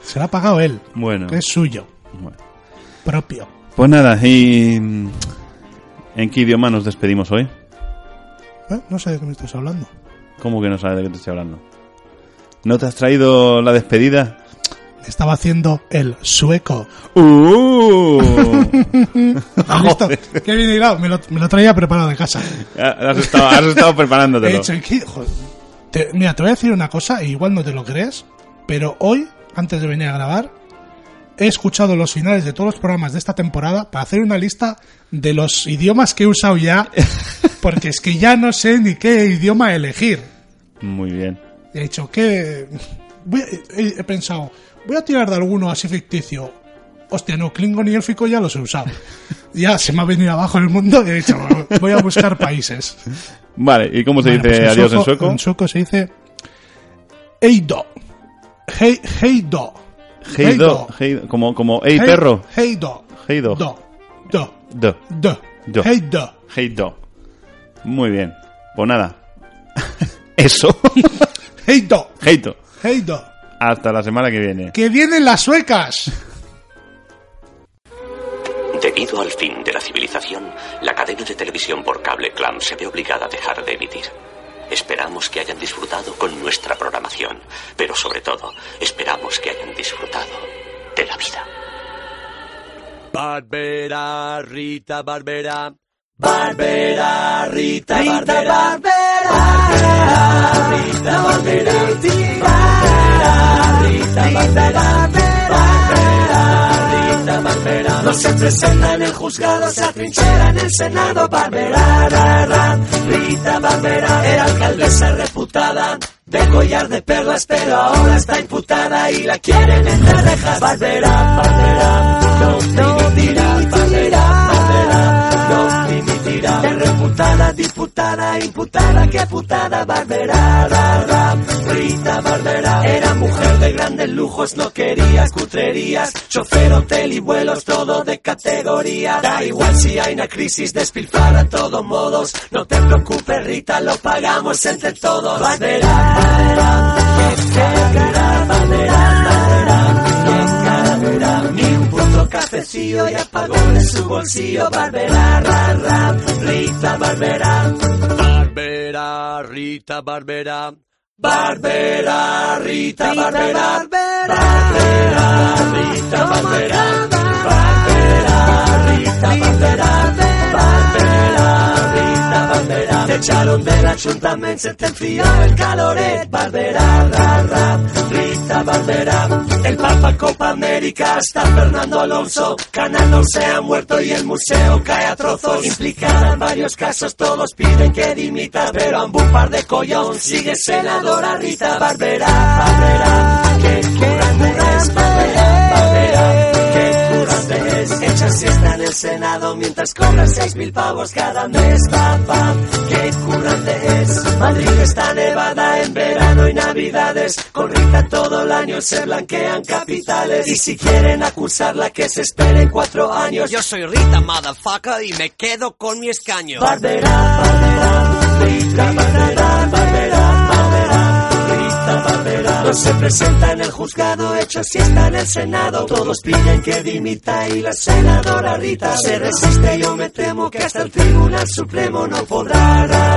se lo ha pagado él,
Bueno.
que es suyo,
bueno.
propio.
Pues nada, y... mm, ¿En qué idioma nos despedimos hoy?
Eh, No sé de qué me estás hablando.
¿Cómo que no sabes de qué te estoy hablando? ¿No te has traído la despedida?
Estaba haciendo el sueco.
¡Uh!
¿Has visto? Qué bien hilado, me lo, me lo traía preparado de casa.
has, estado, has estado
He
preparándotelo.
dicho, "Qué- joder". Te- mira, te voy a decir una cosa, igual no te lo crees, pero hoy, antes de venir a grabar, he escuchado los finales de todos los programas de esta temporada para hacer una lista de los idiomas que he usado ya, porque es que ya no sé ni qué idioma elegir.
Muy bien.
He dicho, que he, he pensado, voy a tirar de alguno así ficticio. Hostia, no, Klingon y Élfico ya los he usado. Ya se me ha venido abajo el mundo y he dicho, voy a buscar países.
Vale, ¿y cómo se
Bueno,
dice
pues
adiós en sueco?
En sueco se dice Heido. Hei, heido.
Heido, heido, como, como, hey, perro.
Heido.
Heido.
Do. Do.
Do.
Do.
Do.
Heido.
Heido. Muy bien. Pues nada. Eso.
Heido.
Heito.
Heido.
Hasta la semana que viene.
Que vienen las suecas.
Debido al fin de la civilización, la cadena de televisión por cable Clam se ve obligada a dejar de emitir. Esperamos que hayan disfrutado con nuestra programación, pero sobre todo, esperamos que hayan disfrutado de la vida.
Barbera, Rita Barbera.
Barbera, Rita, Rita Barbera, Rita Barbera, Rita Barbera, Rita Barbera, no se presenta en el juzgado, se atrinchera en el Senado, Barbera, ra, ra. Rita Barbera, era alcaldesa reputada. De collar de perlas, pero ahora está imputada y la quieren en Texas. Barbera, Barbera, no, dimitirá, Barbera, Barbera, no, dimitirá. Es reputada, diputada, imputada, que putada, Barbera, ra, ra. Rita Barbera, era mujer de grandes lujos, no quería cutrerías, chofer, hotel y vuelos, todo de categoría. Da igual si hay una crisis, despilfarra a todos modos. No te preocupes, Rita, lo pagamos entre todos. Barbera, Barbera, qué cara, Barbera, Barbera, qué cara, Barbera. Ni un puto cafecillo y apagó de su bolsillo. Barbera, ra, ra, Rita Barbera. Barbera, Rita Barbera. Barbera, Rita Barbera. Barbera, Rita Barbera. Barbera, Rita Barbera. Barbera, Rita Barbera. Te echaron de la ayuntamiento, se te enfrió el caloret. Barbera, ra, ra, Rita Barbera. El Papa Copa América hasta Fernando Alonso. Canal se ha muerto y el museo cae a trozos. Implicada en varios casos, todos piden que dimita, pero a un par de collón sigue senadora Rita Barbera. Barbera, que curante es Barbera, Barbera, que curante es. Hecha Pues siesta en el Senado mientras cobran seis mil pavos cada mes, papá, que curante es. Madrid está nevada en verano y navidades, con Rita todo el año se blanquean capitales. Y si quieren acusarla que se esperen cuatro años.
Yo soy Rita, motherfucker, y me quedo con mi escaño.
Barbera, Barbera, Rita Barbera, Barbera, Barbera, Rita Barbera. No se presenta en el juzgado, hecho siesta en el Senado. Todos piden que dimita y la senadora Rita se resiste. Yo me temo que hasta el Tribunal Supremo no podrá. ra,